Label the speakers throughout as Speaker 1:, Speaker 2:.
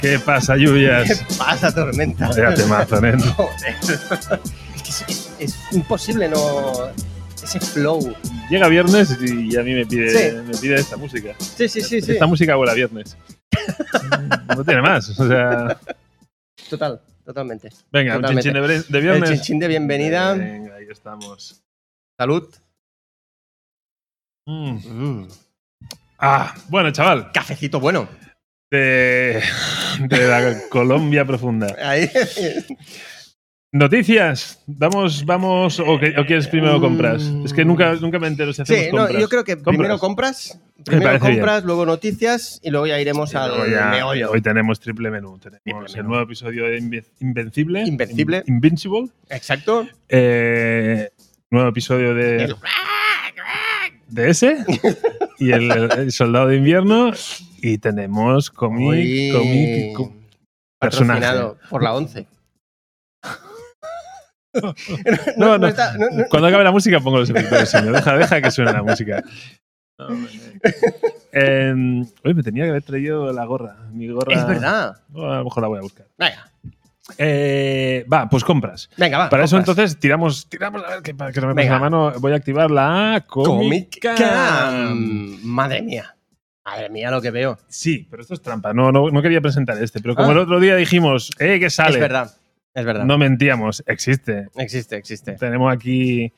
Speaker 1: ¿Qué pasa, lluvias?
Speaker 2: ¿Qué pasa, tormenta?
Speaker 1: Vaya temazo, ¿eh?
Speaker 2: Joder. Es que es, es- es imposible no. Ese flow.
Speaker 1: Llega viernes y a mí me pide,
Speaker 2: Sí.
Speaker 1: me pide esta música.
Speaker 2: Sí, sí, sí, sí.
Speaker 1: Esta música huele a viernes. no tiene más. O sea,
Speaker 2: Total, totalmente.
Speaker 1: venga, un
Speaker 2: Totalmente.
Speaker 1: chinchín de, bre- de
Speaker 2: El
Speaker 1: viernes.
Speaker 2: chinchín de bienvenida.
Speaker 1: Venga, ahí estamos.
Speaker 2: Salud.
Speaker 1: Mm. Ah, bueno, chaval,
Speaker 2: Cafecito bueno.
Speaker 1: de, de la Colombia profunda.
Speaker 2: Ahí.
Speaker 1: Noticias, vamos, vamos, o, que- o quieres primero compras. Es que nunca, nunca me entero si hacemos
Speaker 2: Sí, no,
Speaker 1: compras.
Speaker 2: yo creo que primero compras. Primero
Speaker 1: parece bien.
Speaker 2: compras, luego noticias y luego ya iremos
Speaker 1: Y luego
Speaker 2: al
Speaker 1: ya-
Speaker 2: meollo.
Speaker 1: Hoy tenemos triple menú. Tenemos
Speaker 2: Triple
Speaker 1: el
Speaker 2: menú.
Speaker 1: nuevo episodio de Inve- Invencible.
Speaker 2: Invencible.
Speaker 1: In- Invincible.
Speaker 2: Exacto.
Speaker 1: Eh, nuevo episodio de.
Speaker 2: El-
Speaker 1: De ese. y el, el Soldado de Invierno. Y tenemos
Speaker 2: Hoy
Speaker 1: cómic. cómic- co- personaje.
Speaker 2: patrocinado por la 11.
Speaker 1: No, no.
Speaker 2: está- no- no-
Speaker 1: Cuando acabe la música pongo los efectos de sonido. Deja, deja que suene la música. Eh, oye, me tenía que haber traído la gorra. Mi gorra.
Speaker 2: Es verdad.
Speaker 1: Oh, a lo mejor la voy a buscar.
Speaker 2: Venga,
Speaker 1: Eh, va, pues compras.
Speaker 2: venga, va.
Speaker 1: Para eso
Speaker 2: compras.
Speaker 1: entonces tiramos, tiramos a ver que, para que no me pase
Speaker 2: Venga.
Speaker 1: la mano. Voy a activar la
Speaker 2: Comic
Speaker 1: Comic Con.
Speaker 2: Cam. Madre mía. Madre mía lo que veo.
Speaker 1: Sí, pero esto es trampa. No, no, no quería presentar este, pero como
Speaker 2: Ah.
Speaker 1: el otro día dijimos, eh, que sale.
Speaker 2: Es verdad. Es verdad.
Speaker 1: No mentíamos, existe.
Speaker 2: Existe, existe.
Speaker 1: Tenemos aquí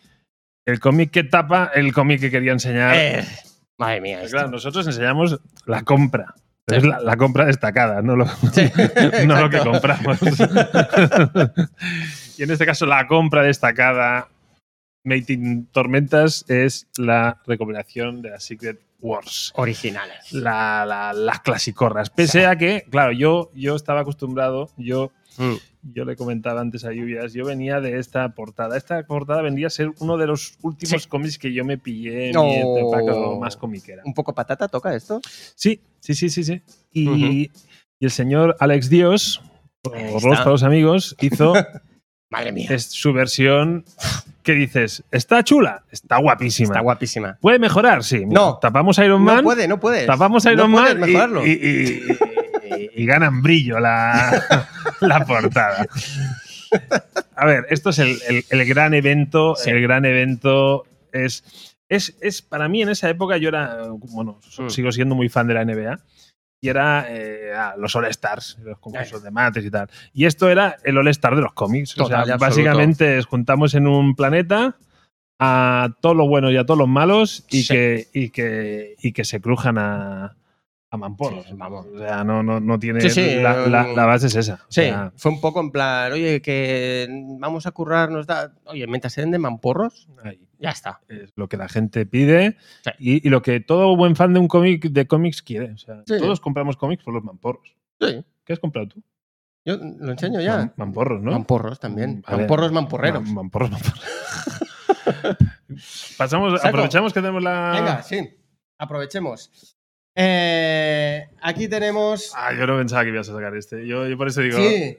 Speaker 1: el cómic que tapa, el cómic que quería enseñar.
Speaker 2: Eh, madre mía. este
Speaker 1: Pero
Speaker 2: esto.
Speaker 1: claro, nosotros enseñamos la compra. Pero Es la, la compra destacada, no lo,
Speaker 2: Sí,
Speaker 1: no lo
Speaker 2: exacto.
Speaker 1: que compramos. y en este caso, la compra destacada, Mating Tormentas, es la recopilación de la Secret Wars.
Speaker 2: Originales.
Speaker 1: La- la- las clasicorras. Pese a que, claro, yo, yo estaba acostumbrado, yo,
Speaker 2: Mm.
Speaker 1: yo le comentaba antes a Lluvias, yo venía de esta portada. Esta portada vendría a ser uno de los últimos cómics que yo me pillé en mi
Speaker 2: No.
Speaker 1: etapa más comiquera.
Speaker 2: ¿Un poco patata toca esto?
Speaker 1: Sí, sí, sí, sí, sí. Y,
Speaker 2: Ujú.
Speaker 1: y el señor Alex Dios,
Speaker 2: Ahí
Speaker 1: o
Speaker 2: está.
Speaker 1: Ross para los amigos, hizo
Speaker 2: Madre mía.
Speaker 1: es- su versión que dices, está chula, está guapísima.
Speaker 2: Está guapísima.
Speaker 1: ¿Puede mejorar? Sí. Mira,
Speaker 2: No.
Speaker 1: Tapamos Iron
Speaker 2: No
Speaker 1: Man,
Speaker 2: puede, no puede.
Speaker 1: tapamos Iron
Speaker 2: no
Speaker 1: Man
Speaker 2: Puedes
Speaker 1: y,
Speaker 2: mejorarlo.
Speaker 1: y- y- y- y ganan brillo la, la portada. A ver, esto es el, el- el gran evento,
Speaker 2: Sí.
Speaker 1: el gran evento es... Es, es- para mí en esa época yo era, bueno, so-
Speaker 2: Mm.
Speaker 1: sigo siendo muy fan de la NBA y era eh, ah, los All Stars, los concursos de mates y tal. Y esto era el All Star de los cómics. O
Speaker 2: Total y
Speaker 1: sea,
Speaker 2: absoluto.
Speaker 1: básicamente es juntamos en un planeta a todos los buenos y a todos los malos y,
Speaker 2: Sí.
Speaker 1: que, y, que, y que se crujan a, a mamporros.
Speaker 2: Sí, vamos.
Speaker 1: O sea, no, no, no tiene...
Speaker 2: Sí, sí,
Speaker 1: la, la-
Speaker 2: eh,
Speaker 1: la base es esa. O
Speaker 2: Sí,
Speaker 1: sea,
Speaker 2: fue un poco en plan, oye, que vamos a currarnos. Da... Oye, mientras se den de mamporros,
Speaker 1: ahí.
Speaker 2: ya está.
Speaker 1: es lo que la gente pide
Speaker 2: Sí.
Speaker 1: y, y lo que todo buen fan de un cómic de cómics quiere. O sea,
Speaker 2: Sí.
Speaker 1: todos compramos cómics por los mamporros.
Speaker 2: Sí,
Speaker 1: ¿Qué has comprado tú?
Speaker 2: yo lo enseño ya.
Speaker 1: Mam- mamporros, ¿no?
Speaker 2: Mamporros también.
Speaker 1: A ver.
Speaker 2: Mamporros mamporreros.
Speaker 1: Mam- mamporros, mamporros. Pasamos,
Speaker 2: Saco.
Speaker 1: aprovechamos que tenemos la.
Speaker 2: Venga, sí, aprovechemos. Eh, aquí tenemos.
Speaker 1: Ah, yo no pensaba que ibas a sacar este. Yo, yo por eso digo.
Speaker 2: sí.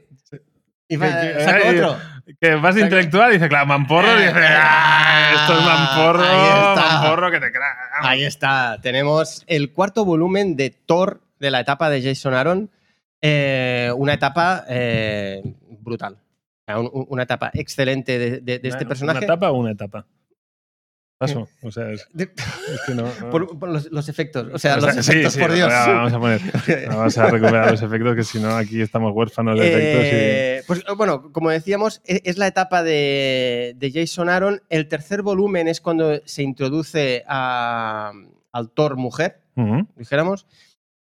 Speaker 2: Y va-
Speaker 1: ¿Qué- qué-
Speaker 2: saco
Speaker 1: ay,
Speaker 2: otro.
Speaker 1: Que vas de
Speaker 2: Saca.
Speaker 1: intelectual y dice, claro, mamporro. Y dice, ah, esto es mamporro.
Speaker 2: Eh, Ahí está.
Speaker 1: Mamporro que te crea.
Speaker 2: Ahí está. Tenemos el cuarto volumen de Thor de la etapa de Jason Aaron. Eh, una etapa eh, brutal. O sea, un- un- una etapa excelente de, de- de este personaje.
Speaker 1: ¿Una etapa o una etapa? Paso. O sea, es,
Speaker 2: De-
Speaker 1: es que no. no.
Speaker 2: por, por los, los efectos. O sea,
Speaker 1: O sea,
Speaker 2: los
Speaker 1: Pues, sí,
Speaker 2: efectos,
Speaker 1: sí,
Speaker 2: por Dios.
Speaker 1: ahora Vamos a poner. Vamos a recuperar los efectos, que si no, aquí estamos huérfanos de efectos. y-
Speaker 2: Eh, pues eh, bueno, como decíamos, e- es la etapa de, de Jason Aaron. El tercer volumen es cuando se introduce a- al Thor mujer,
Speaker 1: Ujú.
Speaker 2: dijéramos.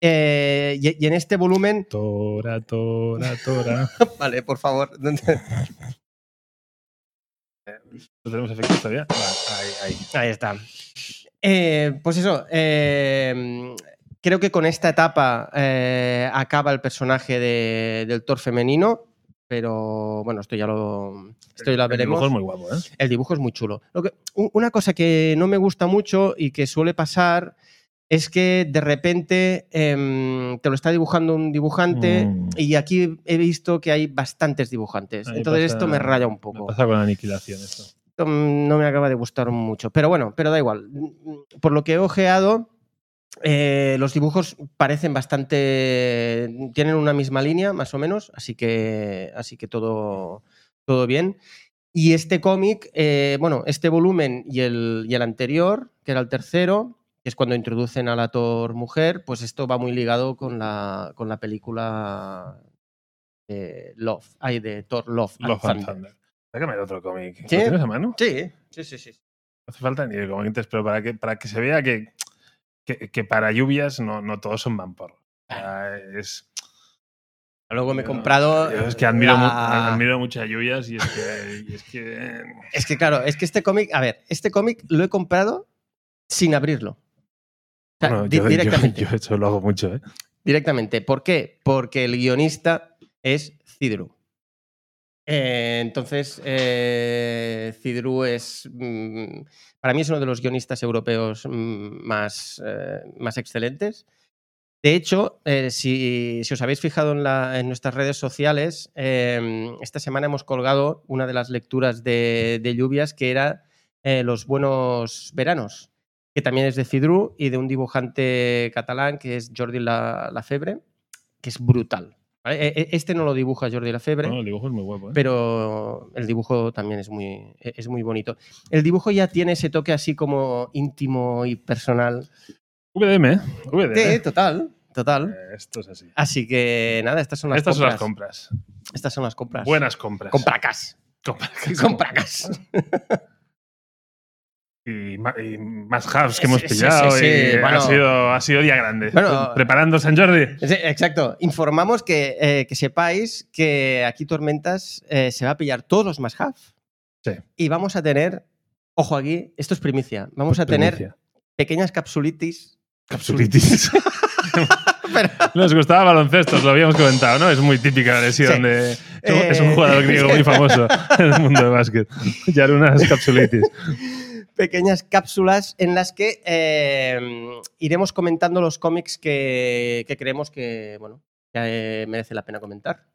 Speaker 2: Eh, y, y en este volumen.
Speaker 1: Tora, tora, tora.
Speaker 2: Vale, por favor.
Speaker 1: ¿No tenemos efectos todavía? Va, ahí, ahí.
Speaker 2: Ahí está. Eh, pues eso, eh, creo que con esta etapa eh, acaba el personaje de- del Thor femenino, pero bueno, esto ya lo, esto ya lo
Speaker 1: El dibujo es
Speaker 2: veremos.
Speaker 1: muy guapo, ¿eh?
Speaker 2: El dibujo es muy chulo. Lo que- u- una cosa que no me gusta mucho y que suele pasar es que de repente em, te lo está dibujando un dibujante
Speaker 1: Mm.
Speaker 2: y aquí he visto que hay bastantes dibujantes.
Speaker 1: Ahí
Speaker 2: Entonces
Speaker 1: pasa-
Speaker 2: esto me raya un
Speaker 1: Me
Speaker 2: poco.
Speaker 1: pasa con la aniquilación esto.
Speaker 2: Esto mm, no me acaba de gustar mucho. Pero bueno, pero da igual. Mm, Por lo que he ojeado, eh, los dibujos parecen bastante. tienen una misma línea, más o menos. Así que. Así que todo. Todo bien. Y este cómic, eh, bueno, este volumen y el, y el anterior, que era el tercero, que es cuando introducen a la Thor mujer, pues esto va muy ligado con la, con la película de Love, ay, de Thor Love. and
Speaker 1: Love and
Speaker 2: Thunder.
Speaker 1: Thunder. Sácame el otro cómic. ¿Lo
Speaker 2: ¿Sí?
Speaker 1: tienes a mano?
Speaker 2: Sí, sí, sí, sí.
Speaker 1: No hace falta ni de comentes, pero para que, para que se vea que, que, que para lluvias no, no todos son vamporros. O sea, es,
Speaker 2: Luego me he
Speaker 1: Yo no-
Speaker 2: comprado.
Speaker 1: yo es que admiro, mu-
Speaker 2: Ah, eh, la-
Speaker 1: admiro mucho a lluvias y es que. y es que-
Speaker 2: Es que claro, es que este cómic, a ver, este cómic lo he comprado sin abrirlo. O sea,
Speaker 1: Bueno,
Speaker 2: di-
Speaker 1: yo, yo-
Speaker 2: directamente.
Speaker 1: yo eso lo hago mucho, ¿eh?
Speaker 2: Directamente. ¿Por qué? Porque el guionista es Cidru. Eh, entonces, eh, Cidru es. mm, para mí es uno de los guionistas europeos mm, más, eh, más excelentes. De hecho, eh, si, si os habéis fijado en, la- en nuestras redes sociales, eh, esta semana hemos colgado una de las lecturas de, de lluvias que era eh, Los Buenos Veranos que también es de Cidru y de un dibujante catalán que es Jordi La- Lafebre, que es brutal. ¿vale? E- e- Este no lo dibuja Jordi Lafebre,
Speaker 1: Bueno, el dibujo es muy guapo, ¿eh?
Speaker 2: pero el dibujo también es muy, e- es muy bonito. El dibujo ya tiene ese toque así como íntimo y personal.
Speaker 1: VDM, ¿eh? VDM.
Speaker 2: Sí, total, total.
Speaker 1: Eh, Esto es así.
Speaker 2: Así que nada, estas son las
Speaker 1: Estas son las
Speaker 2: compras.
Speaker 1: compras.
Speaker 2: Estas son las compras.
Speaker 1: Buenas compras.
Speaker 2: Compracas.
Speaker 1: Compracas.
Speaker 2: Compracas.
Speaker 1: y, ma- y más hubs que hemos
Speaker 2: Sí, sí, sí,
Speaker 1: pillado.
Speaker 2: sí,
Speaker 1: y
Speaker 2: bueno.
Speaker 1: ha, sido, ha sido día grande.
Speaker 2: Bueno.
Speaker 1: Preparando San Jordi.
Speaker 2: Sí, Exacto. Informamos que, eh, que sepáis que aquí Tormentas eh, se va a pillar todos los más
Speaker 1: Sí.
Speaker 2: Y vamos a tener, ojo aquí, esto es primicia, vamos a tener
Speaker 1: Primicia.
Speaker 2: pequeñas capsulitis.
Speaker 1: Capsulitis.
Speaker 2: Pero-
Speaker 1: Nos gustaba baloncesto, os lo habíamos comentado, ¿no? Es muy típica la lesión
Speaker 2: Sí.
Speaker 1: de. es un-
Speaker 2: Eh,
Speaker 1: Es un jugador griego muy famoso en el mundo de básquet. Yarunas capsulitis.
Speaker 2: pequeñas cápsulas en las que eh, iremos comentando los cómics que, que creemos que, bueno, que, eh, merece la pena comentar.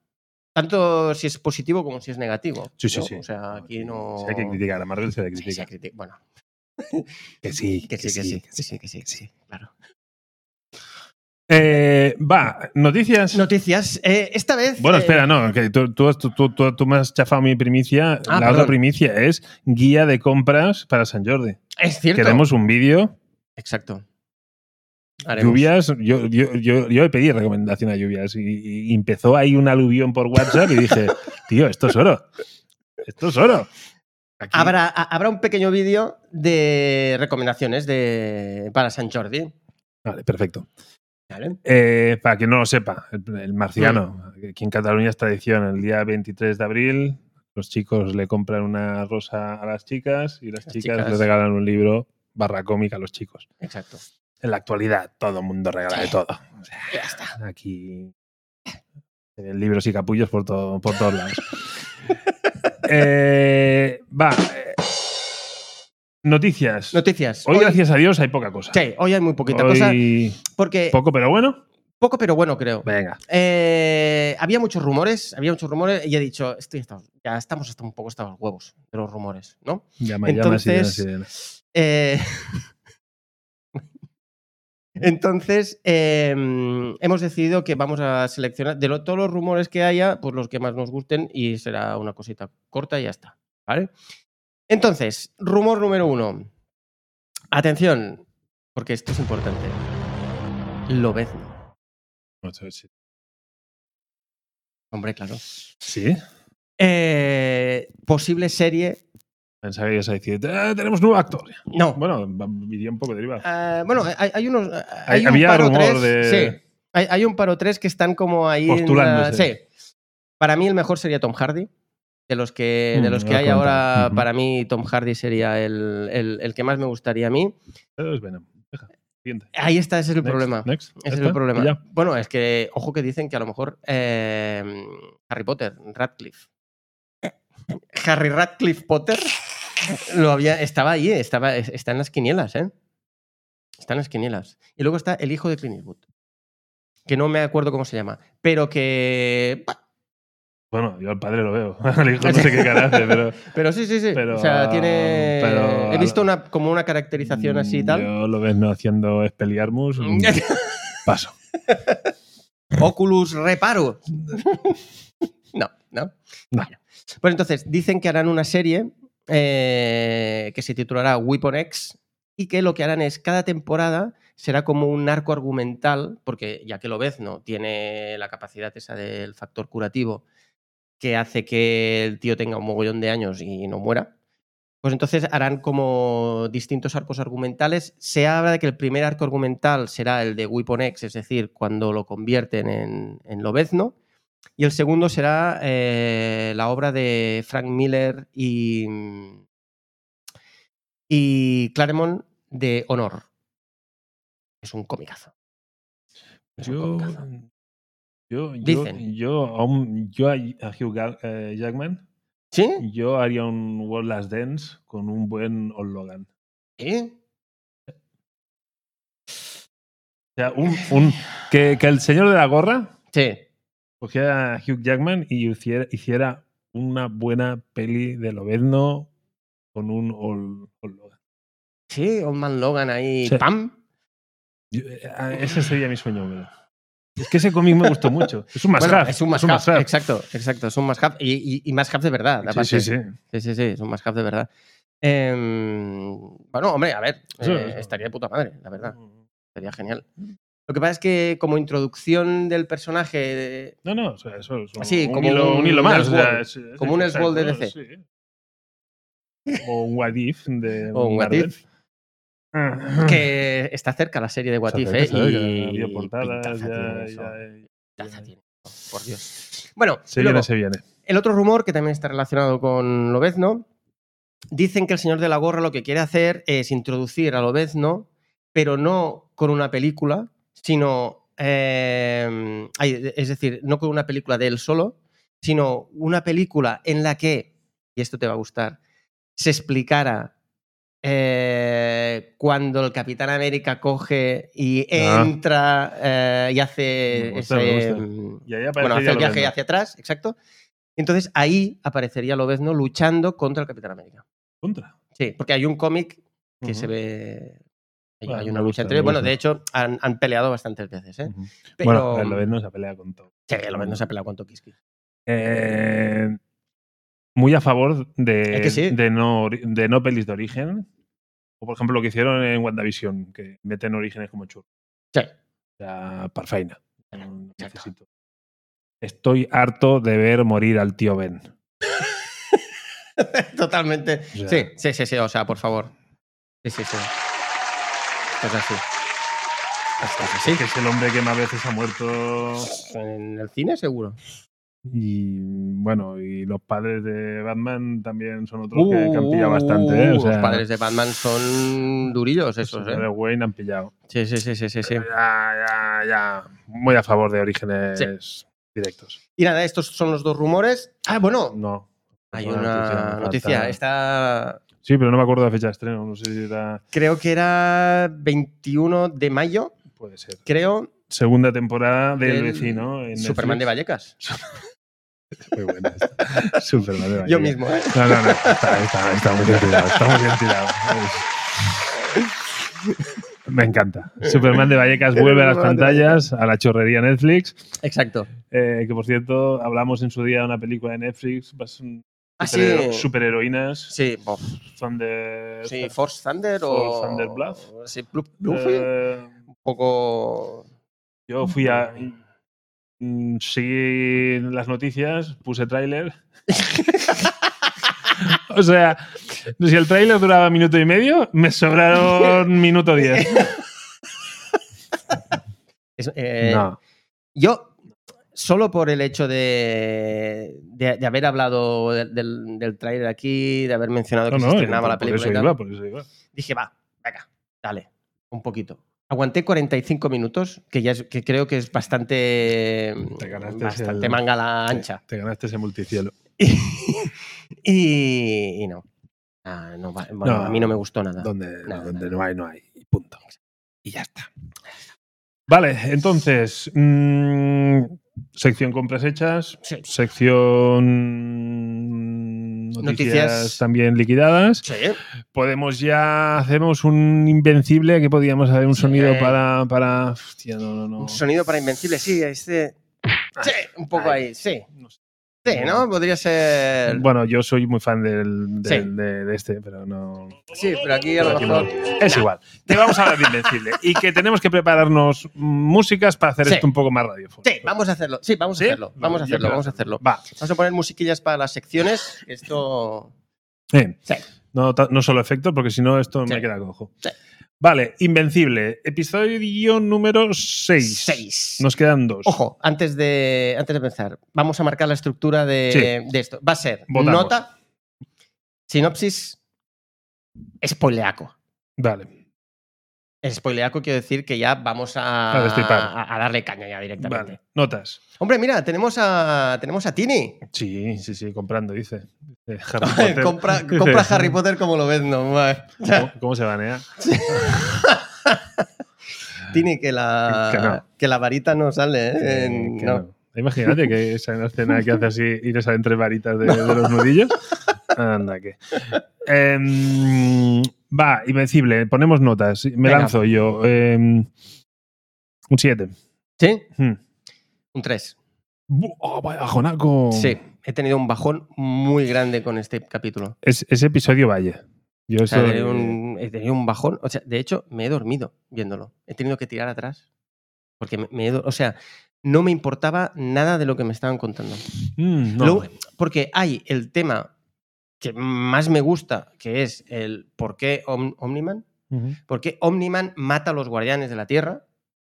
Speaker 2: Tanto si es positivo como si es negativo.
Speaker 1: Sí, sí,
Speaker 2: ¿no?
Speaker 1: sí.
Speaker 2: O sea, aquí no...
Speaker 1: Si hay que criticar, a Marvel se le
Speaker 2: Sí, sí,
Speaker 1: critica.
Speaker 2: criti- Bueno,
Speaker 1: Que sí,
Speaker 2: que sí, que sí, que sí, que sí, que sí, claro.
Speaker 1: Eh, va, noticias.
Speaker 2: Noticias. Eh, esta vez.
Speaker 1: bueno,
Speaker 2: eh,
Speaker 1: espera, no, que tú, tú has- tú- tú- tú- tú me has chafado mi primicia.
Speaker 2: Ah,
Speaker 1: la
Speaker 2: perdón.
Speaker 1: otra primicia es guía de compras para San Jordi.
Speaker 2: eh, Es cierto.
Speaker 1: Queremos un vídeo.
Speaker 2: Exacto. Haremos.
Speaker 1: Lluvias, yo, yo, yo, yo le pedí recomendación a Lluvias y, y empezó ahí un aluvión por WhatsApp y dije, tío, esto es oro. Esto es oro. Aquí-
Speaker 2: Habrá, ha- habrá un pequeño vídeo de recomendaciones de, para San Jordi.
Speaker 1: Vale, perfecto.
Speaker 2: ¿vale?
Speaker 1: Eh, para quien no lo sepa, el, el marciano,
Speaker 2: Mm.
Speaker 1: aquí en Cataluña es tradición, el día 23 de abril los chicos le compran una rosa a las chicas y las,
Speaker 2: Las
Speaker 1: chicas,
Speaker 2: chicas.
Speaker 1: les regalan un libro barra cómica a los chicos.
Speaker 2: Exacto.
Speaker 1: En la actualidad todo el mundo regala de
Speaker 2: Sí.
Speaker 1: todo. O sea,
Speaker 2: Ya está.
Speaker 1: aquí eh, libros y capullos por, todo, por todos lados. Eh, va. eh, noticias.
Speaker 2: Noticias.
Speaker 1: Hoy, gracias a Dios, hay poca cosa.
Speaker 2: Sí, hoy hay muy poquita cosa.
Speaker 1: Hoy,
Speaker 2: Porque.
Speaker 1: Poco, pero bueno.
Speaker 2: poco, pero bueno, creo.
Speaker 1: Venga.
Speaker 2: Eh, había muchos rumores, había muchos rumores, y he dicho, estoy hasta- ya estamos hasta un poco hasta los huevos de los rumores, ¿no?
Speaker 1: Llama, llama,
Speaker 2: Entonces,
Speaker 1: sirena, sirena.
Speaker 2: Eh, Entonces, eh, hemos decidido que vamos a seleccionar de lo- todos los rumores que haya, pues los que más nos gusten y será una cosita corta y ya está. ¿Vale? Entonces, rumor número uno. Atención, porque esto es importante. Lobezno. Hombre, claro.
Speaker 1: Sí.
Speaker 2: Eh, posible serie.
Speaker 1: Pensaba que ibas a decir, "Ah, tenemos nuevo actor.
Speaker 2: No.
Speaker 1: Bueno, va- iría un poco derivado.
Speaker 2: Ah, bueno, hay, hay unos. ah,
Speaker 1: Hay-
Speaker 2: hay un
Speaker 1: había
Speaker 2: par o
Speaker 1: rumor
Speaker 2: tres-
Speaker 1: de-
Speaker 2: sí. Hay, hay un par o tres que están como ahí. en la-
Speaker 1: Postulándose.
Speaker 2: sí. Para mí el mejor sería Tom Hardy. De los que, de
Speaker 1: Mm,
Speaker 2: los
Speaker 1: me
Speaker 2: que
Speaker 1: doy
Speaker 2: hay
Speaker 1: cuenta.
Speaker 2: ahora,
Speaker 1: Ujú.
Speaker 2: para mí Tom Hardy sería el, el- el que más me gustaría a mí.
Speaker 1: Pero es Venom. Deja. Siguiente.
Speaker 2: Ahí está, ese es el
Speaker 1: Next,
Speaker 2: problema.
Speaker 1: next. Ya
Speaker 2: Ese es
Speaker 1: está.
Speaker 2: el problema.
Speaker 1: Ya.
Speaker 2: Bueno, es que, ojo que dicen que a lo mejor eh, Harry Potter, Radcliffe. Harry Radcliffe Potter lo había, estaba ahí, eh, estaba, es- está en las quinielas, ¿eh? Está en las quinielas. Y luego está el hijo de Clint Eastwood, que no me acuerdo cómo se llama, pero que... bah,
Speaker 1: Bueno, yo al padre lo veo. Al hijo no sé qué cara hace, pero.
Speaker 2: Pero sí, sí, sí.
Speaker 1: Pero,
Speaker 2: o sea,
Speaker 1: ah,
Speaker 2: tiene...
Speaker 1: pero-
Speaker 2: He visto una, como una caracterización así y tal.
Speaker 1: Mm, Yo lo ves no haciendo Expelliarmus. mm, Paso.
Speaker 2: Oculus Reparo. no, no.
Speaker 1: No.
Speaker 2: Bueno. Pues entonces, dicen que harán una serie eh, que se titulará Weapon X y que lo que harán es cada temporada será como un arco argumental, porque ya que lo ves, no tiene la capacidad esa del factor curativo que hace que el tío tenga un mogollón de años y no muera. Pues entonces harán como distintos arcos argumentales. Se habla de que el primer arco argumental será el de Weapon X, es decir, cuando lo convierten en, en Lobezno. Y el segundo será eh, la obra de Frank Miller y, mm, y Claremont de Honor. Es un comicazo. Es un
Speaker 1: Yo.
Speaker 2: comicazo.
Speaker 1: Yo, yo,
Speaker 2: Dicen.
Speaker 1: yo, a un- yo a a Hugh Gal- eh, Jackman,
Speaker 2: ¿Sí?
Speaker 1: yo haría un World Last Dance con un buen Old Logan.
Speaker 2: ¿Eh?
Speaker 1: O sea, un, un- que, que el señor de la gorra
Speaker 2: Sí.
Speaker 1: cogiera a Hugh Jackman y hiciera, hiciera una buena peli de Lobezno con un Old, Old Logan.
Speaker 2: Sí, Old Man Logan ahí.
Speaker 1: Sí.
Speaker 2: ¡Pam!
Speaker 1: Yo- eh, ah, ese sería mi sueño húmedo. Es que ese cómic me gustó mucho. Es un must
Speaker 2: Bueno,
Speaker 1: have,
Speaker 2: es un must have, Exacto, exacto. Es un must have. Y, y, y must have de verdad.
Speaker 1: Sí,
Speaker 2: aparte.
Speaker 1: sí, sí.
Speaker 2: Sí, sí, sí, es un must have de verdad. Em, bueno, hombre, a ver,
Speaker 1: Eso,
Speaker 2: eh,
Speaker 1: eso.
Speaker 2: estaría de puta madre, la verdad. Sería genial. Lo que pasa es que como introducción del personaje,
Speaker 1: No, no, o sea, eso es un,
Speaker 2: Sí,
Speaker 1: un
Speaker 2: como
Speaker 1: hilo,
Speaker 2: un
Speaker 1: un hilo más. o sea,
Speaker 2: Elseworld,
Speaker 1: es- es-
Speaker 2: como un
Speaker 1: exacto,
Speaker 2: Elseworld de DC.
Speaker 1: sí. O un What If de
Speaker 2: O un What
Speaker 1: Marvel. Ah.
Speaker 2: If. que está cerca la serie de What
Speaker 1: Se
Speaker 2: If,
Speaker 1: acerca,
Speaker 2: ¿eh?
Speaker 1: se acerca,
Speaker 2: Y
Speaker 1: había portadas,
Speaker 2: pintaza tiene
Speaker 1: ya,
Speaker 2: eso,
Speaker 1: ya-
Speaker 2: pintaza tiene, por Dios. Bueno,
Speaker 1: Se
Speaker 2: y luego,
Speaker 1: viene, se viene.
Speaker 2: El otro rumor, que también está relacionado con Lobezno, dicen que el señor de la gorra lo que quiere hacer es introducir a Lobezno, pero no con una película, sino. eh, ay, es decir, no con una película de él solo, sino una película en la que, y esto te va a gustar, se explicara eh, cuando el Capitán América coge y
Speaker 1: Ah.
Speaker 2: entra eh, y
Speaker 1: Me
Speaker 2: hace
Speaker 1: gusta, me
Speaker 2: ese,
Speaker 1: gusta.
Speaker 2: mm,
Speaker 1: Y ahí
Speaker 2: bueno, hace
Speaker 1: aparecería
Speaker 2: el viaje
Speaker 1: Lobezno.
Speaker 2: hacia atrás, exacto. Entonces ahí aparecería Lobezno luchando contra el Capitán América.
Speaker 1: Contra.
Speaker 2: Sí, porque hay un cómic que se
Speaker 1: Ujú.
Speaker 2: ve. Hay,
Speaker 1: Bueno,
Speaker 2: hay
Speaker 1: me
Speaker 2: una
Speaker 1: gusta,
Speaker 2: lucha entre
Speaker 1: me
Speaker 2: ellos. Bueno,
Speaker 1: gusta.
Speaker 2: de hecho, han, han peleado bastantes veces, ¿eh?
Speaker 1: Ujú.
Speaker 2: Pero.
Speaker 1: Bueno, el Lobezno se pelea con todo.
Speaker 2: Sí, Lobezno se ha peleado con Tokiski.
Speaker 1: Eh, muy a favor de,
Speaker 2: Es que sí.
Speaker 1: de, no, ori- de no pelis de origen. O, por ejemplo, lo que hicieron en WandaVision, que meten orígenes como churros.
Speaker 2: Sí.
Speaker 1: O sea, parfaina. No
Speaker 2: exacto.
Speaker 1: necesito. Estoy harto de ver morir al tío Ben.
Speaker 2: Totalmente.
Speaker 1: O sea-
Speaker 2: Sí, sí, sí, sí. O sea, por favor. Sí, sí, sí. Esto es así. Esto es así.
Speaker 1: Que es el hombre que más veces ha muerto.
Speaker 2: En el cine, seguro.
Speaker 1: Y bueno, y los padres de Batman también son otros que, que han
Speaker 2: Uh,
Speaker 1: pillado
Speaker 2: uh,
Speaker 1: bastante. ¿eh? O
Speaker 2: uh,
Speaker 1: sea,
Speaker 2: Los padres de Batman son durillos,
Speaker 1: los
Speaker 2: esos,
Speaker 1: de
Speaker 2: ¿eh?
Speaker 1: Wayne han pillado.
Speaker 2: Sí, sí, sí, sí, sí. sí.
Speaker 1: Ya, ya, ya. Muy a favor de orígenes directos.
Speaker 2: Y nada, estos son los dos rumores. Ah, bueno,
Speaker 1: No.
Speaker 2: hay
Speaker 1: Buena
Speaker 2: una
Speaker 1: me
Speaker 2: noticia.
Speaker 1: falta.
Speaker 2: Esta
Speaker 1: Sí, pero no me acuerdo de la fecha de estreno. No sé si era.
Speaker 2: creo que era 21 de mayo,
Speaker 1: Puede ser.
Speaker 2: creo,
Speaker 1: Segunda temporada del
Speaker 2: Del
Speaker 1: vecino. En
Speaker 2: Superman de
Speaker 1: Netflix.
Speaker 2: Vallecas.
Speaker 1: Muy buena esta. Superman de Valle.
Speaker 2: Yo mismo, ¿eh?
Speaker 1: No, no, no. Está, está- está muy bien tirado. Está muy bien tirado. Es- Me encanta. Superman de Vallecas vuelve a las
Speaker 2: Superman de
Speaker 1: pantallas, a la chorrería Netflix.
Speaker 2: Exacto.
Speaker 1: eh, que por cierto, hablamos en su día de una película de Netflix. bas-
Speaker 2: Así.
Speaker 1: superhero- Superheroínas.
Speaker 2: Ah, Sí, bof,
Speaker 1: Thunder.
Speaker 2: sí, Force Thunder o.
Speaker 1: Force Thunder Bluff.
Speaker 2: Sí, Blu- Bluffy.
Speaker 1: Eh,
Speaker 2: Un poco.
Speaker 1: yo fui a. mm, Seguí las noticias, puse tráiler. o sea, si el tráiler duraba minuto y medio, me sobraron minuto diez.
Speaker 2: es- eh,
Speaker 1: no.
Speaker 2: Yo solo por el hecho de, de, de haber hablado del, del, del trailer aquí, de haber mencionado que se estrenaba
Speaker 1: por-
Speaker 2: la película,
Speaker 1: Por
Speaker 2: y
Speaker 1: eso
Speaker 2: tal,
Speaker 1: iba, por eso iba.
Speaker 2: dije, va, venga, dale, un poquito. Aguanté 45 minutos, que ya es- que creo que es bastante,
Speaker 1: Te ganaste
Speaker 2: bastante
Speaker 1: el-
Speaker 2: manga la ancha.
Speaker 1: Te ganaste ese multicielo.
Speaker 2: Y, y no. Ah, no, va- bueno,
Speaker 1: No.
Speaker 2: a mí no me gustó nada.
Speaker 1: Donde,
Speaker 2: nada,
Speaker 1: donde
Speaker 2: nada.
Speaker 1: no hay, no hay. Y punto. Y ya está. Vale, entonces, mm, sección compras hechas,
Speaker 2: Sí.
Speaker 1: sección mm, noticias,
Speaker 2: Noticias.
Speaker 1: también liquidadas.
Speaker 2: Sí, ¿eh?
Speaker 1: Podemos ya, hacemos un invencible, que podíamos hacer un sonido
Speaker 2: Sí.
Speaker 1: para, para... Hostia, no, no, no.
Speaker 2: un sonido para Invencible, sí, este...
Speaker 1: Ah.
Speaker 2: Sí, un poco ahí, sí.
Speaker 1: No sé.
Speaker 2: Sí, ¿no? Podría ser...
Speaker 1: Bueno, yo soy muy fan del, del-
Speaker 2: Sí.
Speaker 1: de, de este, pero no...
Speaker 2: Sí, pero aquí a lo mejor...
Speaker 1: Es igual. Te vamos a hablar de Invencible. Y que tenemos que prepararnos músicas para hacer
Speaker 2: Sí.
Speaker 1: esto un poco más radiofónico.
Speaker 2: Sí, vamos a hacerlo. Sí, vamos a
Speaker 1: ¿Sí?
Speaker 2: hacerlo. Vamos
Speaker 1: Yo
Speaker 2: a hacerlo,
Speaker 1: creo
Speaker 2: vamos a
Speaker 1: que-
Speaker 2: hacerlo.
Speaker 1: Va.
Speaker 2: Vamos a poner musiquillas para las secciones. Esto.
Speaker 1: Eh,
Speaker 2: Sí.
Speaker 1: No, ta- no solo efectos, porque si no, esto
Speaker 2: Sí.
Speaker 1: me queda cojo.
Speaker 2: Sí.
Speaker 1: Vale, Invencible. Episodio número 6.
Speaker 2: Seis.
Speaker 1: Nos quedan dos.
Speaker 2: Ojo, antes de, antes de pensar, vamos a marcar la estructura de, de esto. Va a ser
Speaker 1: Votamos.
Speaker 2: nota, sinopsis, spoileaco.
Speaker 1: Vale.
Speaker 2: El spoileaco quiero decir que ya vamos a,
Speaker 1: A destripar.
Speaker 2: a- a darle caña ya directamente.
Speaker 1: Vale. Notas.
Speaker 2: Hombre, mira, tenemos a, tenemos a Tini.
Speaker 1: Sí, sí, sí, comprando, dice. Eh, Harry Potter.
Speaker 2: compra,
Speaker 1: Dice,
Speaker 2: compra Harry Potter como lo ves, no.
Speaker 1: ¿Cómo, cómo se banea?
Speaker 2: Tini, que la,
Speaker 1: Que no.
Speaker 2: que la varita no sale. ¿eh?
Speaker 1: Eh,
Speaker 2: En-
Speaker 1: que
Speaker 2: no.
Speaker 1: no. Imagínate que esa escena que hace así y le salen tres varitas de, de los nudillos. Anda, que. Em, va, invencible, ponemos notas. Me
Speaker 2: Venga.
Speaker 1: lanzo yo. Em, un 7.
Speaker 2: ¿Sí?
Speaker 1: Hmm.
Speaker 2: Un 3.
Speaker 1: Bu- ¡Oh, vaya jonaco!
Speaker 2: Sí, he tenido un bajón muy grande con este capítulo.
Speaker 1: Es, ese episodio Valle. Yo
Speaker 2: O sea,
Speaker 1: esto-
Speaker 2: he, tenido un, he tenido un bajón. O sea, de hecho, me he dormido viéndolo. He tenido que tirar atrás. Porque me, me he do- O sea, no me importaba nada de lo que me estaban contando.
Speaker 1: Mm, no.
Speaker 2: Lo- porque hay el tema que más me gusta, que es el por qué Om- Omniman.
Speaker 1: Ujú.
Speaker 2: ¿Por qué Omniman mata a los guardianes de la Tierra?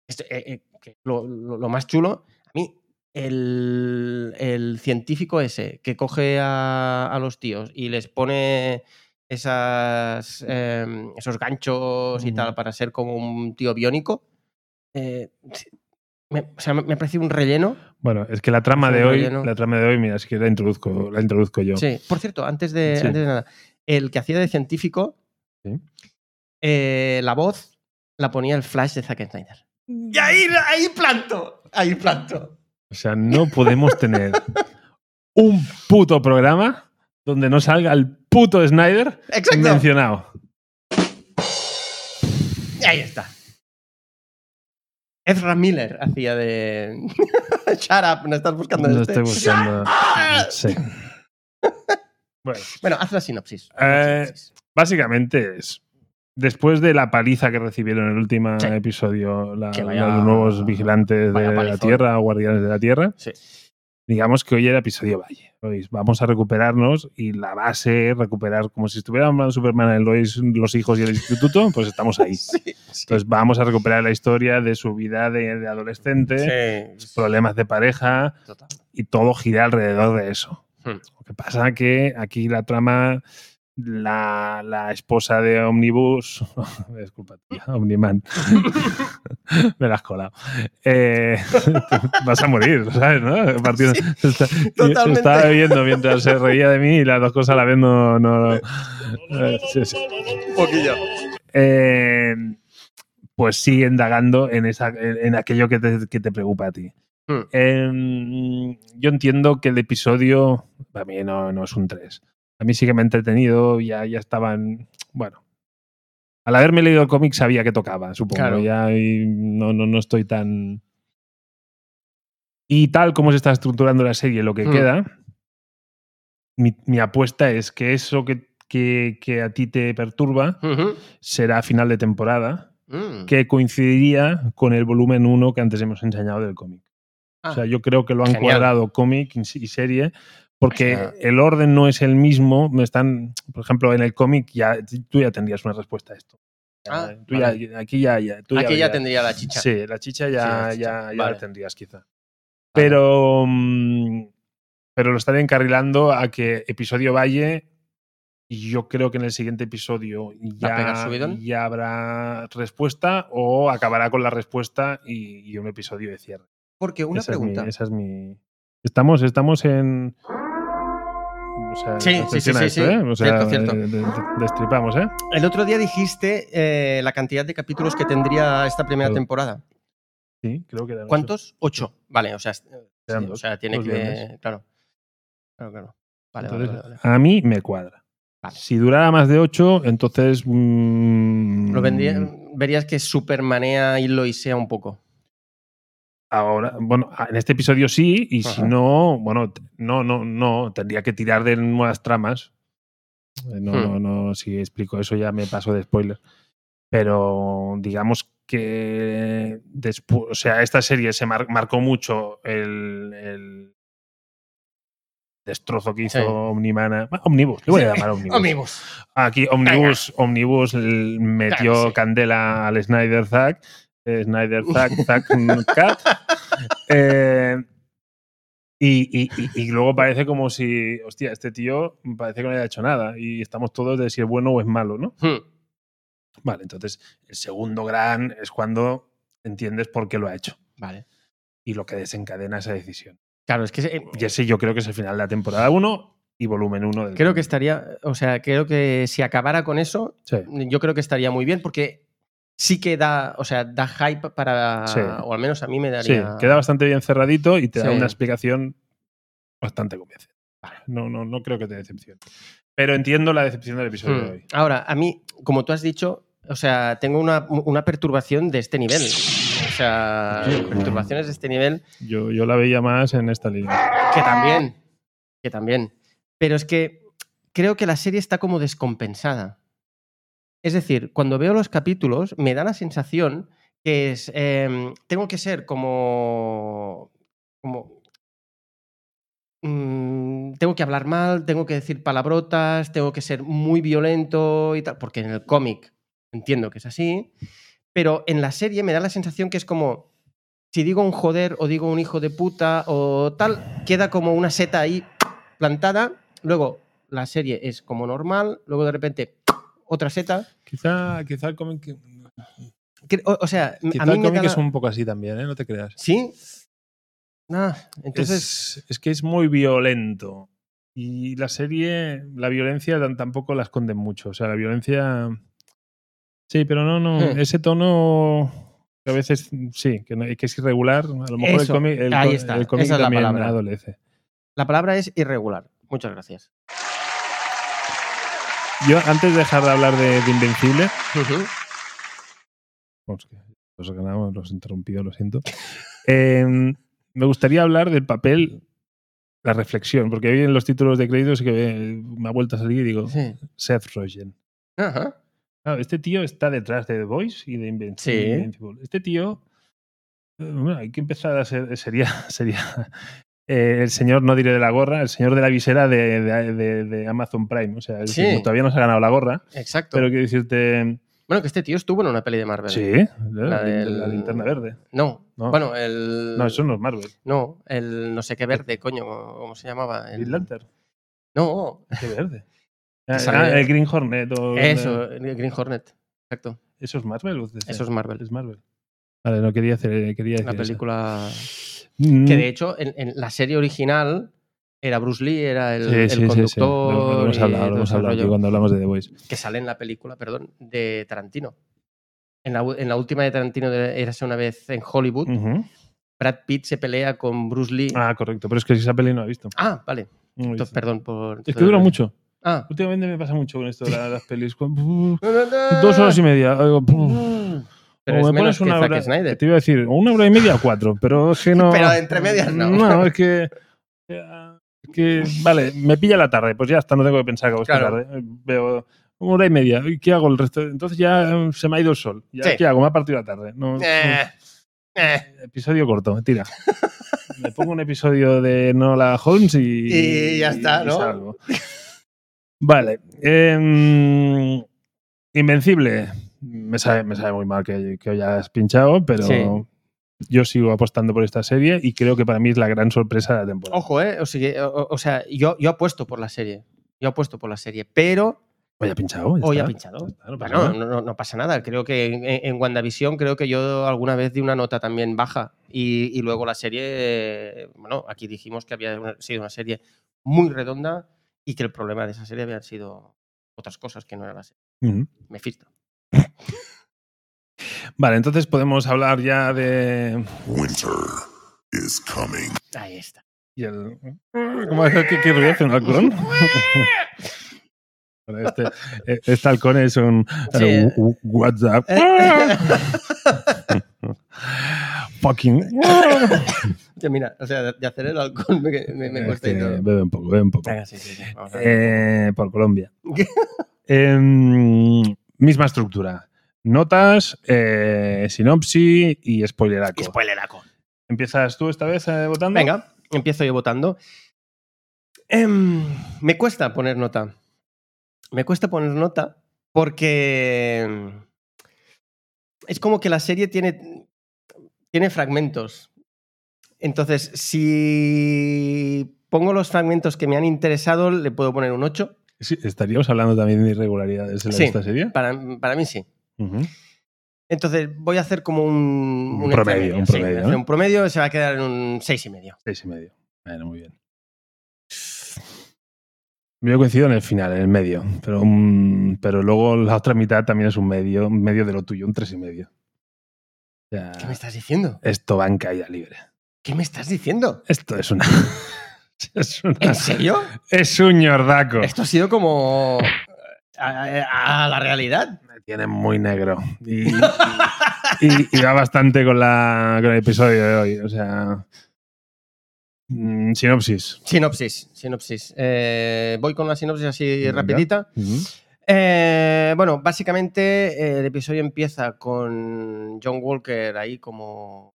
Speaker 2: Esto, eh, eh, que lo, lo- lo más chulo, a mí, el, el científico ese que coge a, a los tíos y les pone esas, em, esos ganchos y
Speaker 1: Ujú.
Speaker 2: tal para ser como un tío biónico, eh, me, o sea, me, me ha parecido un relleno.
Speaker 1: Bueno, es que la trama
Speaker 2: Es un
Speaker 1: de hoy,
Speaker 2: relleno.
Speaker 1: la trama de hoy, mira, es que la introduzco, la introduzco yo.
Speaker 2: Sí. Por cierto, antes de,
Speaker 1: Sí.
Speaker 2: antes de nada, el que hacía de científico,
Speaker 1: Sí.
Speaker 2: eh, la voz la ponía el flash de Zack Snyder. Y ahí, ahí planto, ahí planto.
Speaker 1: O sea, no podemos tener un puto programa donde no salga el puto Snyder
Speaker 2: Exacto.
Speaker 1: mencionado.
Speaker 2: Y ahí está. Ezra Miller hacía de... Shut up, no estás buscando
Speaker 1: No
Speaker 2: este.
Speaker 1: estoy buscando.
Speaker 2: up.
Speaker 1: Sí. Bueno,
Speaker 2: Bueno, haz la sinopsis. haz
Speaker 1: Eh,
Speaker 2: la sinopsis.
Speaker 1: básicamente es. Después de la paliza que recibieron en el último
Speaker 2: Sí.
Speaker 1: episodio la-
Speaker 2: Que vaya-
Speaker 1: los nuevos vigilantes
Speaker 2: vaya
Speaker 1: de la
Speaker 2: palizón.
Speaker 1: Tierra, guardianes de la Tierra,
Speaker 2: Sí.
Speaker 1: digamos que hoy era episodio Valle. Hoy vamos a recuperarnos y la base es recuperar, como si estuvieran hablando Superman en Lois, los hijos y el instituto, pues estamos ahí.
Speaker 2: Sí, sí.
Speaker 1: Entonces vamos a recuperar la historia de su vida de, de adolescente,
Speaker 2: Sí,
Speaker 1: problemas de pareja
Speaker 2: total.
Speaker 1: y todo gira alrededor de eso.
Speaker 2: Hmm.
Speaker 1: Lo que pasa que aquí la trama, la, la esposa de Omnibus, disculpa, tía, Omniman, me la has colado. Eh, vas a morir, ¿sabes? ¿no? El partido- está-
Speaker 2: totalmente.
Speaker 1: Estaba viendo mientras se reía de mí y las dos cosas a la vez no... no- eh, sí, sí.
Speaker 2: Un poquillo.
Speaker 1: Eh, pues sigue indagando en, esa, en, en aquello que te, que te preocupa a ti.
Speaker 2: Hmm.
Speaker 1: Eh, yo entiendo que el episodio para mí no, no es un 3. A mí sí que me ha entretenido, ya, ya estaban... Bueno, al haberme leído el cómic sabía que tocaba, supongo.
Speaker 2: Claro.
Speaker 1: Ya y no, no, no estoy tan... Y tal como se está estructurando la serie, lo que
Speaker 2: Hmm.
Speaker 1: queda, mi, mi apuesta es que eso que, que, que a ti te perturba,
Speaker 2: Ujú.
Speaker 1: será a final de temporada,
Speaker 2: Mm-hmm. Mm.
Speaker 1: que coincidiría con el volumen 1 que antes hemos enseñado del cómic.
Speaker 2: Ah.
Speaker 1: o sea, yo creo que lo han
Speaker 2: Genial.
Speaker 1: cuadrado cómic y y serie, porque
Speaker 2: Ah.
Speaker 1: el orden no es el mismo. Me están, por ejemplo, en el cómic ya tú ya tendrías una respuesta a esto.
Speaker 2: Ah,
Speaker 1: Tú ya- aquí ya, ya- tú
Speaker 2: Aquí ya
Speaker 1: ya-
Speaker 2: tendría la chicha.
Speaker 1: Sí, la chicha
Speaker 2: Sí,
Speaker 1: ya,
Speaker 2: la chicha.
Speaker 1: ya- ya
Speaker 2: Vale.
Speaker 1: la tendrías quizá. Pero, mm, pero lo estaré encarrilando a que episodio Valle, y yo creo que en el siguiente episodio
Speaker 2: a pegar
Speaker 1: ya,
Speaker 2: subidón?
Speaker 1: ya habrá respuesta o acabará con la respuesta y, y un episodio de cierre.
Speaker 2: Porque una
Speaker 1: Esa es mi-
Speaker 2: pregunta.
Speaker 1: esa es mi. Estamos, estamos en. O sea,
Speaker 2: Sí, sí, sí,
Speaker 1: atención a
Speaker 2: sí,
Speaker 1: esto,
Speaker 2: sí.
Speaker 1: ¿eh? O sea,
Speaker 2: Cierto, cierto.
Speaker 1: de- de- de- destripamos, ¿eh?
Speaker 2: El otro día dijiste eh, la cantidad de capítulos que tendría esta primera
Speaker 1: Claro.
Speaker 2: temporada.
Speaker 1: Sí, creo que eran ocho.
Speaker 2: ¿Cuántos? Ocho. Vale, o sea, es- sí,
Speaker 1: Eran
Speaker 2: o
Speaker 1: dos,
Speaker 2: sea tiene
Speaker 1: dos
Speaker 2: que.
Speaker 1: viernes.
Speaker 2: Claro. Claro, claro. Vale, vale,
Speaker 1: Entonces,
Speaker 2: vale, vale.
Speaker 1: A mí me cuadra.
Speaker 2: Vale.
Speaker 1: Si durara más de 8, entonces. mm,
Speaker 2: Lo vendría- verías que supermanea y lo isea un poco.
Speaker 1: Ahora, bueno, en este episodio sí, y si
Speaker 2: Ajá.
Speaker 1: no, bueno, t- no, no, no, tendría que tirar de nuevas tramas. Eh, No,
Speaker 2: Hmm.
Speaker 1: no, no, si explico eso ya me paso de spoiler. Pero digamos que después, o sea, esta serie se mar- marcó mucho el, el destrozo que hizo
Speaker 2: Sí.
Speaker 1: Omnimana. Ah, Omnibus, le voy a llamar Omnibus.
Speaker 2: Amigos.
Speaker 1: Aquí Omnibus, Omnibus l- metió
Speaker 2: Claro que sí.
Speaker 1: candela al Snyder Zack. eh, Snyder Zack, Zack mm, Cat. Eh, y, y- y- y luego parece como si, hostia, este tío parece que no le ha hecho nada. Y estamos todos de si es bueno o es malo, ¿no?
Speaker 2: Hmm.
Speaker 1: Vale, entonces el segundo gran es cuando entiendes por qué lo ha hecho
Speaker 2: Vale.
Speaker 1: y lo que desencadena esa decisión.
Speaker 2: Claro, es que eh,
Speaker 1: Y ese yo creo que es el final de la temporada 1 y volumen 1 del.
Speaker 2: creo que estaría. O sea, creo que si acabara con eso,
Speaker 1: Sí.
Speaker 2: yo creo que estaría muy bien porque sí que da, o sea, da hype para,
Speaker 1: Sí.
Speaker 2: o al menos a mí me
Speaker 1: Sí,
Speaker 2: daría.
Speaker 1: queda bastante bien cerradito y te da
Speaker 2: Sí.
Speaker 1: una explicación bastante convincente. No, no, no creo que te decepcione. Pero entiendo la decepción del episodio de
Speaker 2: Hmm.
Speaker 1: hoy.
Speaker 2: Ahora, a mí, como tú has dicho, o sea, tengo una, una perturbación de este nivel. O sea, perturbaciones de este nivel
Speaker 1: Yo, yo la veía más en esta línea.
Speaker 2: que también, que también. Pero es que creo que la serie está como descompensada. Es decir, cuando veo los capítulos me da la sensación que es, em, tengo que ser como, como mm, tengo que hablar mal, tengo que decir palabrotas, tengo que ser muy violento y tal, porque en el cómic entiendo que es así, pero en la serie me da la sensación que es como si digo un joder o digo un hijo de puta o tal, queda como una seta ahí plantada, luego la serie es como normal, luego de repente otra seta.
Speaker 1: Quizá, quizá el cómic, quizá
Speaker 2: Cre- O, o sea, a mí
Speaker 1: el
Speaker 2: me da
Speaker 1: cómic es
Speaker 2: la-
Speaker 1: un poco así también, ¿eh? no te creas.
Speaker 2: ¿Sí? Ah, entonces...
Speaker 1: es, es que es muy violento. Y la serie, la violencia tan- tampoco la esconden mucho. O sea, la violencia. Sí, pero no, no.
Speaker 2: Hmm.
Speaker 1: Ese tono que a veces sí, que, no- que es irregular. A lo mejor
Speaker 2: Eso,
Speaker 1: el cómic, el,
Speaker 2: ahí
Speaker 1: co-
Speaker 2: está,
Speaker 1: el cómic
Speaker 2: esa es la
Speaker 1: también
Speaker 2: palabra.
Speaker 1: adolece.
Speaker 2: La palabra es irregular. Muchas gracias.
Speaker 1: Yo, antes de dejar de hablar de, de Invencible, vamos, que los he ganado, los he interrumpido, lo siento. Eh, me gustaría hablar del papel, la reflexión, porque hoy en los títulos de créditos que eh, me ha vuelto a salir y digo,
Speaker 2: Sí.
Speaker 1: Seth Rogen.
Speaker 2: Ajá.
Speaker 1: Claro, este tío está detrás de The Voice y de Invin-
Speaker 2: Sí.
Speaker 1: de Invincible. Este tío. eh, Bueno, hay que empezar a ser. Sería. sería eh, el señor, no diré de la gorra, el señor de la visera de, de- de- de Amazon Prime. O sea, es
Speaker 2: Sí.
Speaker 1: decir, todavía no se ha ganado la gorra,
Speaker 2: Exacto.
Speaker 1: pero quiero decirte.
Speaker 2: Bueno, que este tío estuvo en una peli de Marvel.
Speaker 1: Sí, la,
Speaker 2: del-
Speaker 1: la linterna verde.
Speaker 2: No.
Speaker 1: No.
Speaker 2: Bueno, el...
Speaker 1: No, eso no es Marvel.
Speaker 2: No, el no sé qué verde, coño, ¿cómo se llamaba? El-
Speaker 1: Green Lantern.
Speaker 2: No,
Speaker 1: Qué verde.
Speaker 2: Que
Speaker 1: Ah,
Speaker 2: sale-
Speaker 1: ah, el Green Hornet. o-
Speaker 2: eso, el Green Hornet. Exacto.
Speaker 1: ¿Eso es Marvel? o es DC?
Speaker 2: Eso es Marvel.
Speaker 1: Es Marvel. Vale, no quería hacer. Quería
Speaker 2: La
Speaker 1: decir eso.
Speaker 2: película...
Speaker 1: Mm.
Speaker 2: Que de hecho, en, en la serie original era Bruce Lee, era el,
Speaker 1: Sí,
Speaker 2: el
Speaker 1: sí, sí, sí.
Speaker 2: conductor.
Speaker 1: Lo, lo hemos
Speaker 2: y
Speaker 1: hablado,
Speaker 2: todo
Speaker 1: lo hemos
Speaker 2: ese
Speaker 1: hablado aquí
Speaker 2: rollo.
Speaker 1: cuando hablamos de The Voice.
Speaker 2: que sale en la película, perdón, de Tarantino. En la, u- en la última de Tarantino, de Érase una vez en Hollywood,
Speaker 1: Ujú.
Speaker 2: Brad Pitt se pelea con Bruce Lee. Ah,
Speaker 1: Mm. Ah, correcto. Pero es que esa peli no la he visto.
Speaker 2: vale.
Speaker 1: No la he
Speaker 2: Entonces,
Speaker 1: visto.
Speaker 2: perdón por.
Speaker 1: Es que dura mucho.
Speaker 2: Ah.
Speaker 1: Últimamente me pasa mucho con esto de la- las pelis. Dos
Speaker 2: No, no, no.
Speaker 1: horas y media. Algo, puf.
Speaker 2: Mm.
Speaker 1: O
Speaker 2: Pero es
Speaker 1: me pones
Speaker 2: menos que
Speaker 1: una
Speaker 2: Zack
Speaker 1: hora-
Speaker 2: Snyder.
Speaker 1: Te iba a decir, o una hora y media o cuatro, pero es que no.
Speaker 2: Pero entre medias no.
Speaker 1: No, es que. eh, es que vale, me pilla la tarde, pues ya hasta no tengo que pensar que esta
Speaker 2: Claro.
Speaker 1: tarde. Veo una hora y media, ¿y qué hago el resto? Entonces ya eh, se me ha ido el sol. Ya,
Speaker 2: Sí.
Speaker 1: ¿Qué hago? Me ha partido la tarde. No, no-
Speaker 2: Eh, eh.
Speaker 1: Episodio corto, tira. Me pongo un episodio de Nola Holmes y.
Speaker 2: Y ya está, ¿no?
Speaker 1: salgo. Vale. em, Invencible. Me sabe, me sabe muy mal que, que hayas pinchado, pero
Speaker 2: Sí.
Speaker 1: Yo sigo apostando por esta serie y creo que para mí es la gran sorpresa de la temporada.
Speaker 2: Ojo, ¿eh? O sea, o- o sea, yo, yo apuesto por la serie. Yo apuesto por la serie, pero
Speaker 1: Hoy ha pinchado.
Speaker 2: Hoy
Speaker 1: está.
Speaker 2: ha pinchado.
Speaker 1: Ya está, no pasa
Speaker 2: bueno,
Speaker 1: nada.
Speaker 2: no, no- no pasa nada. Creo que en, en- en WandaVision creo que yo alguna vez di una nota también baja y, y luego la serie, eh, bueno, aquí dijimos que había una- sido una serie muy redonda y que el problema de esa serie habían sido otras cosas que no era la serie.
Speaker 1: Ujú.
Speaker 2: Me fisto.
Speaker 1: Vale, entonces podemos hablar ya de.
Speaker 3: Winter is coming.
Speaker 2: Ahí está.
Speaker 1: y el- ¿Cómo es que, que ruido hace un halcón? Bueno, este, eh, este halcón es un
Speaker 2: Sí. Eh.
Speaker 1: eh, u- u- WhatsApp. Fucking.
Speaker 2: Ya, mira, o sea, de, de hacer el alcohol me, me- me
Speaker 1: Es
Speaker 2: cuesta y
Speaker 1: que
Speaker 2: todo.
Speaker 1: Este, bebe un poco, bebe un poco.
Speaker 2: Venga, sí, sí, sí, vamos a ver.
Speaker 1: Eh, por Colombia. Em, misma estructura. Notas, eh, sinopsis y spoileraco.
Speaker 2: Y spoileraco.
Speaker 1: ¿Empiezas tú esta vez eh, votando?
Speaker 2: Venga, empiezo yo votando. Em, me cuesta poner nota. Me cuesta poner nota porque em, es como que la serie tiene, tiene fragmentos. Entonces, si pongo los fragmentos que me han interesado, le puedo poner un 8.
Speaker 1: Sí, estaríamos hablando también de irregularidades en la
Speaker 2: Sí.
Speaker 1: de esta serie.
Speaker 2: Para, para mí sí.
Speaker 1: Ujú.
Speaker 2: Entonces, voy a hacer como un,
Speaker 1: Un promedio,
Speaker 2: intermedio,
Speaker 1: un
Speaker 2: sí,
Speaker 1: promedio,
Speaker 2: voy a hacer
Speaker 1: ¿no?
Speaker 2: un promedio, se va a quedar en un 6,5.
Speaker 1: Seis y medio. Bueno, muy bien. Yo coincido en el final, en el medio. Pero, mm, pero luego la otra mitad también es un medio, un medio de lo tuyo, un tres y medio. O sea,
Speaker 2: ¿Qué me estás diciendo?
Speaker 1: esto va en caída libre.
Speaker 2: ¿Qué me estás diciendo?
Speaker 1: Esto es una. es, una
Speaker 2: ¿En serio? Este
Speaker 1: es un ñordaco.
Speaker 2: Esto ha sido como eh, a, a- a la realidad.
Speaker 1: Me tiene muy negro. Y, y- y va bastante con, la, con el episodio de hoy. O sea. mm, sinopsis.
Speaker 2: Sinopsis, sinopsis. Eh, voy con una sinopsis así
Speaker 1: Venga.
Speaker 2: rapidita. Eh, bueno, básicamente eh, el episodio empieza con John Walker ahí como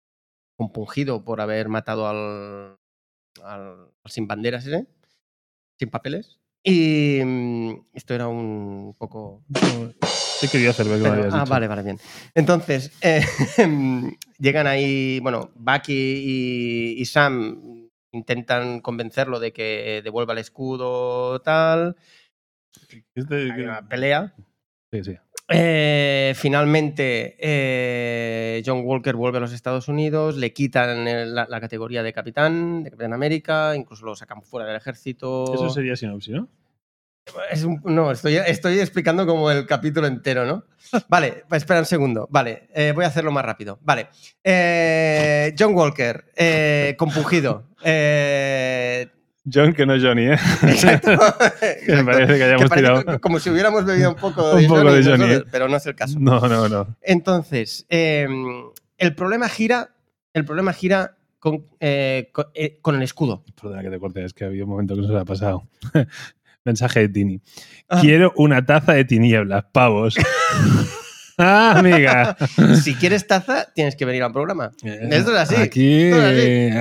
Speaker 2: compungido por haber matado al, al- al sin banderas ese, sin papeles. Y mm, esto era un poco
Speaker 1: Sí, quería hacer ver que lo
Speaker 2: Pero-
Speaker 1: habías
Speaker 2: ah,
Speaker 1: dicho.
Speaker 2: vale, vale, bien. Entonces, eh, llegan ahí, bueno, Bucky y, y Sam intentan convencerlo de que devuelva el escudo, tal.
Speaker 1: Este-
Speaker 2: Hay una pelea.
Speaker 1: Sí, sí.
Speaker 2: Eh, finalmente, eh, John Walker vuelve a los Estados Unidos, le quitan el- la, la categoría de capitán, de Capitán América, incluso lo sacan fuera del ejército.
Speaker 1: Eso sería sinopsis, ¿no?
Speaker 2: Es un- no, estoy, estoy explicando como el capítulo entero, ¿no? Vale, pues espera un segundo. Vale, eh, voy a hacerlo más rápido. Vale. Eh, John Walker, eh, compungido. Eh,
Speaker 1: John, que no Johnny, ¿eh?
Speaker 2: exacto.
Speaker 1: Me parece que
Speaker 2: Que
Speaker 1: hayamos
Speaker 2: parece
Speaker 1: tirado.
Speaker 2: co- como si hubiéramos bebido un poco
Speaker 1: Un
Speaker 2: de,
Speaker 1: poco
Speaker 2: Johnny,
Speaker 1: de Johnny,
Speaker 2: nosotros, pero no es el caso.
Speaker 1: No, no, no.
Speaker 2: Entonces, eh, el problema gira, el problema gira con, eh, con- eh, con el escudo.
Speaker 1: Perdona que te corte, es que ha habido un momento que no se nos ha pasado. Mensaje de Tini.
Speaker 2: Ah.
Speaker 1: Quiero una taza de tinieblas, pavos. ah, amiga.
Speaker 2: Si quieres taza, tienes que venir al programa.
Speaker 1: Eh,
Speaker 2: Esto es así,
Speaker 1: Aquí,
Speaker 2: esto es así.
Speaker 1: eh,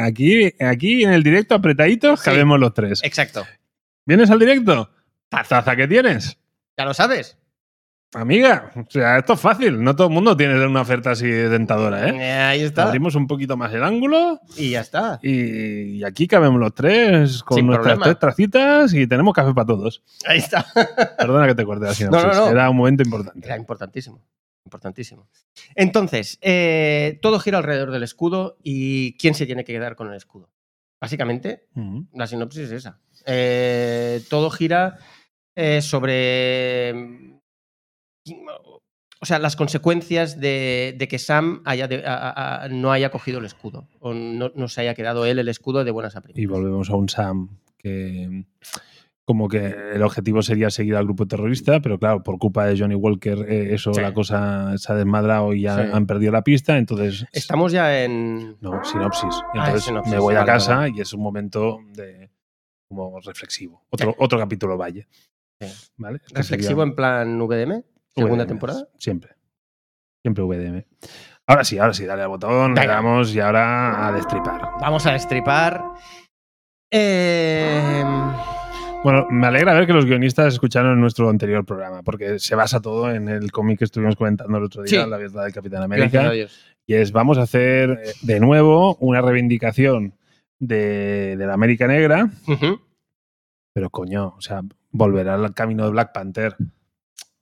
Speaker 1: aquí, aquí en el directo apretaditos
Speaker 2: Sí.
Speaker 1: cabemos los tres.
Speaker 2: Exacto.
Speaker 1: ¿Vienes al directo?
Speaker 2: Taza.
Speaker 1: Taza que tienes.
Speaker 2: Ya lo sabes.
Speaker 1: Amiga, o sea, esto es fácil. No todo el mundo tiene una oferta así tentadora, ¿eh?
Speaker 2: Eh, Ahí está.
Speaker 1: Abrimos un poquito más el ángulo.
Speaker 2: Y ya está.
Speaker 1: Y, y aquí cabemos los tres con
Speaker 2: Sin
Speaker 1: nuestras
Speaker 2: problema.
Speaker 1: tres tracitas y tenemos café para todos.
Speaker 2: Ahí está.
Speaker 1: Perdona que te corte la sinopsis.
Speaker 2: No, no, no.
Speaker 1: Era un momento importante.
Speaker 2: Era importantísimo. Importantísimo. Entonces, eh, todo gira alrededor del escudo y quién se tiene que quedar con el escudo. Básicamente,
Speaker 1: Ujú.
Speaker 2: la sinopsis es esa. Eh, todo gira eh, sobre. mm, O sea, las consecuencias de, de que Sam haya de- a- a- a- no haya cogido el escudo. O no, no se haya quedado él el escudo de buenas a primeras.
Speaker 1: Y volvemos a un Sam que como que el objetivo sería seguir al grupo terrorista, pero claro, por culpa de Johnny Walker eh, eso
Speaker 2: Sí.
Speaker 1: la cosa se ha desmadrado y ya
Speaker 2: Sí.
Speaker 1: han perdido la pista, entonces...
Speaker 2: Estamos ya en.
Speaker 1: No, sinopsis.
Speaker 2: Ah,
Speaker 1: Entonces
Speaker 2: es sinopsis,
Speaker 1: me voy a
Speaker 2: vale,
Speaker 1: casa
Speaker 2: vale.
Speaker 1: y es un momento de como reflexivo. Otro, otro capítulo valle.
Speaker 2: Sí.
Speaker 1: ¿Vale? Que
Speaker 2: Reflexivo
Speaker 1: sería-
Speaker 2: en plan VDM, segunda
Speaker 1: VDM,
Speaker 2: temporada.
Speaker 1: Siempre. Siempre VDM. Ahora sí, ahora sí, dale al botón, le
Speaker 2: Venga.
Speaker 1: damos y ahora a destripar.
Speaker 2: Vamos a destripar. Eh,
Speaker 1: Bueno, me alegra ver que los guionistas escucharon nuestro anterior programa, porque se basa todo en el cómic que estuvimos comentando el otro día,
Speaker 2: Sí.
Speaker 1: La verdad del Capitán
Speaker 2: Gracias a
Speaker 1: América.
Speaker 2: Dios.
Speaker 1: Y es, vamos a hacer eh, de nuevo una reivindicación de, de la América Negra,
Speaker 2: Ujú.
Speaker 1: pero coño, o sea, volverá al camino de Black Panther.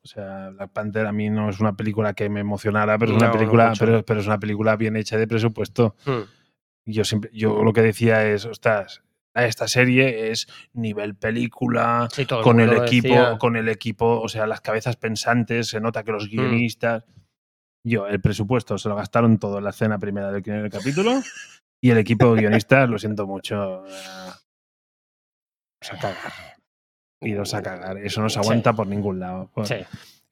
Speaker 1: O sea, Black Panther a mí no es una película que me emocionara, pero es
Speaker 2: No,
Speaker 1: una
Speaker 2: no
Speaker 1: película,
Speaker 2: mucho.
Speaker 1: pero, pero es una película bien hecha de presupuesto.
Speaker 2: Hmm.
Speaker 1: Y yo siempre, yo lo que decía es, ostras, esta serie es nivel película,
Speaker 2: Sí, todo
Speaker 1: con el
Speaker 2: mundo Pues lo
Speaker 1: equipo,
Speaker 2: decía. Mm.
Speaker 1: con el equipo, o sea, las cabezas pensantes, se nota que los guionistas. Yo, el presupuesto se lo gastaron todo en la escena primera del primer capítulo. Y el equipo de guionistas, lo siento mucho. eh, Los a cagar. Y los a cagar. Eso no se
Speaker 2: Sí.
Speaker 1: aguanta por ningún lado.
Speaker 2: Sí.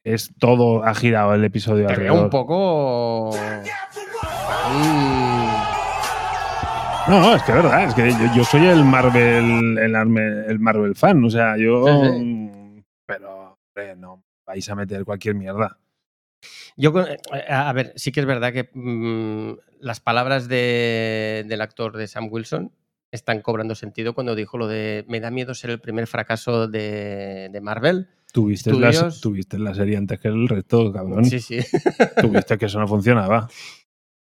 Speaker 1: Es todo ha girado el episodio
Speaker 2: Te veo un
Speaker 1: alrededor.
Speaker 2: poco. Mm.
Speaker 1: No, no, es que es verdad, es que yo, yo soy el Marvel, el, arme- el Marvel fan, o sea, yo.
Speaker 2: Sí, sí.
Speaker 1: mm, Pero, hombre, no vais a meter cualquier mierda.
Speaker 2: Yo, con- eh, a a ver, sí que es verdad que mm, las palabras de- del actor de Sam Wilson están cobrando sentido cuando dijo lo de me da miedo ser el primer fracaso de, de Marvel.
Speaker 1: Tuviste la,
Speaker 2: Estudios.
Speaker 1: tuviste la serie antes que el resto, cabrón.
Speaker 2: Sí, sí. Sí,
Speaker 1: Tuviste que eso no funcionaba.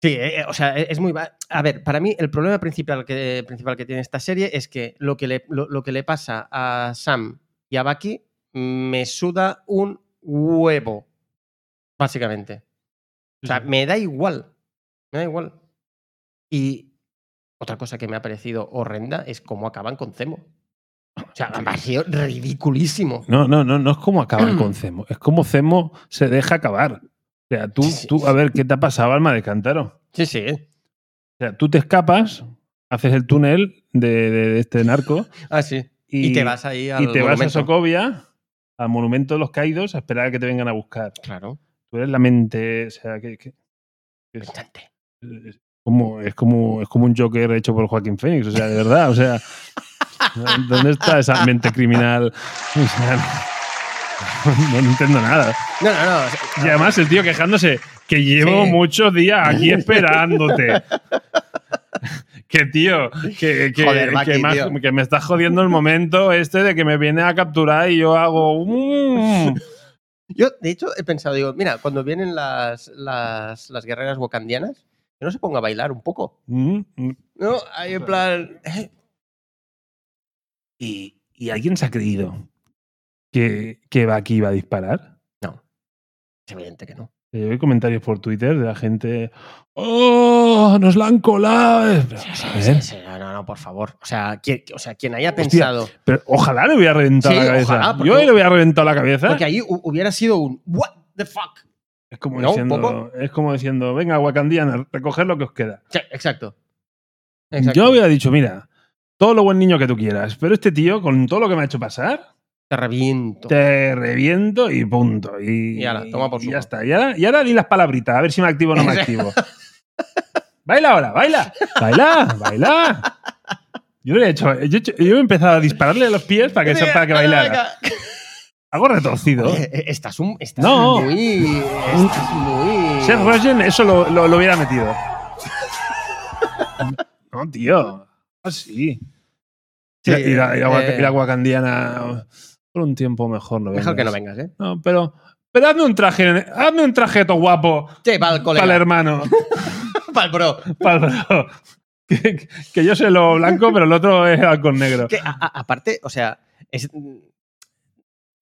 Speaker 2: eh, eh, o sea, eh, es muy... va- A ver, para mí el problema principal que, principal que tiene esta serie es que lo que le, lo, lo que le pasa a Sam y a Bucky me suda un huevo, básicamente. O sea, me da igual. Me da igual. Y otra cosa que me ha parecido horrenda es cómo acaban con Cemo. O sea, me ha parecido ridiculísimo.
Speaker 1: No, no, no, no es como acaban con Cemo, es como Cemo se deja acabar. O sea, tú,
Speaker 2: Sí, sí.
Speaker 1: tú a ver, ¿qué te ha pasado, alma de cántaro?
Speaker 2: Sí, sí.
Speaker 1: O sea, tú te escapas, haces el túnel de, de- de este narco
Speaker 2: Ah, sí.
Speaker 1: y,
Speaker 2: Y, te vas ahí al
Speaker 1: y te vas a
Speaker 2: monumento.
Speaker 1: Socovia, al monumento de los caídos, a esperar a que te vengan a buscar.
Speaker 2: Claro.
Speaker 1: Tú eres la mente, o sea, que, que- que es,
Speaker 2: Pensante.
Speaker 1: es como, es, como, es como un Joker hecho por Joaquín Phoenix, o sea, de verdad, o sea, ¿dónde está esa mente criminal? O sea, no, no entiendo nada.
Speaker 2: No, no, no.
Speaker 1: Y además el tío quejándose que llevo
Speaker 2: Sí.
Speaker 1: muchos días aquí esperándote. Que tío, que, que-
Speaker 2: Joder,
Speaker 1: que
Speaker 2: Maki,
Speaker 1: más-
Speaker 2: tío.
Speaker 1: que me está jodiendo el momento este de que me viene a capturar y yo hago. mm.
Speaker 2: Yo, de hecho, he pensado, digo, mira, cuando vienen las, las, las guerreras wakandianas, que no se ponga a bailar un poco.
Speaker 1: Mm, mm.
Speaker 2: No, ahí en plan. eh,
Speaker 1: ¿Y, y alguien se ha creído que, que Baki iba a disparar?
Speaker 2: Es evidente que no.
Speaker 1: Eh, hay comentarios por Twitter de la gente. ¡Oh! ¡Nos la han colado! Pero,
Speaker 2: Sí,
Speaker 1: a
Speaker 2: sí,
Speaker 1: ver,
Speaker 2: sí, sí, no, no, no, por favor. O sea, quien, o sea, quien haya
Speaker 1: Hostia,
Speaker 2: pensado.
Speaker 1: pero ojalá le hubiera reventado
Speaker 2: Sí,
Speaker 1: la cabeza.
Speaker 2: ojalá, porque-
Speaker 1: yo le hubiera reventado la cabeza.
Speaker 2: Porque ahí hu- hubiera sido un what the fuck.
Speaker 1: Es como,
Speaker 2: ¿No? ¿Un
Speaker 1: diciendo,
Speaker 2: poco?
Speaker 1: es como diciendo, venga, Wakandiana, recoger lo que os queda.
Speaker 2: Sí, exacto. Exacto.
Speaker 1: Yo hubiera dicho, mira, todo lo buen niño que tú quieras, pero este tío, con todo lo que me ha hecho pasar,
Speaker 2: Te reviento.
Speaker 1: te reviento y punto. Y,
Speaker 2: Y ala, toma por
Speaker 1: y
Speaker 2: culo.
Speaker 1: ya está. Y ahora, y ahora di las palabritas, a ver si me activo o no me activo. baila ahora, baila, baila, baila. Yo lo he hecho, yo, he hecho- yo he empezado a dispararle a los pies para que,
Speaker 2: Mira,
Speaker 1: para que
Speaker 2: dale,
Speaker 1: bailara.
Speaker 2: venga.
Speaker 1: Hago retorcido.
Speaker 2: Oye, eh, Estás, un, estás
Speaker 1: No.
Speaker 2: muy. Estás muy.
Speaker 1: Seth Rogen eso lo, lo- lo hubiera metido. No, tío. Ah, Así. ir,
Speaker 2: Sí,
Speaker 1: a- ir a- ir a Wak-
Speaker 2: eh.
Speaker 1: ir a Wakandiana por un tiempo mejor no
Speaker 2: Mejor que no
Speaker 1: vengas.
Speaker 2: vengas, ¿eh?
Speaker 1: No, pero, pero hazme un traje, hazme un trajeto guapo
Speaker 2: Sí, para el
Speaker 1: para el
Speaker 2: colega.
Speaker 1: hermano.
Speaker 2: Para el bro.
Speaker 1: pa'l bro. que, que yo sé lo blanco, pero el otro es halcón negro.
Speaker 2: Que, a- a- aparte, o sea, es- mm,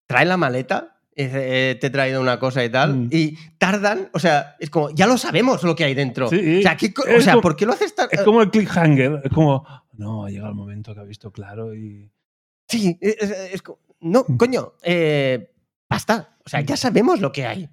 Speaker 2: trae la maleta. es, eh, te he traído una cosa y tal.
Speaker 1: Mm.
Speaker 2: Y tardan. O sea, es como. Ya lo sabemos lo que hay dentro.
Speaker 1: Sí,
Speaker 2: o sea, ¿qué co- o
Speaker 1: es
Speaker 2: sea,
Speaker 1: como-
Speaker 2: ¿por qué lo haces tan.? eh,
Speaker 1: Es como el cliffhanger. Es como, no, ha llegado el momento que ha visto claro y.
Speaker 2: Sí, es, es- es co- no,
Speaker 1: Mm.
Speaker 2: coño, eh, basta. O sea, ya sabemos lo que hay.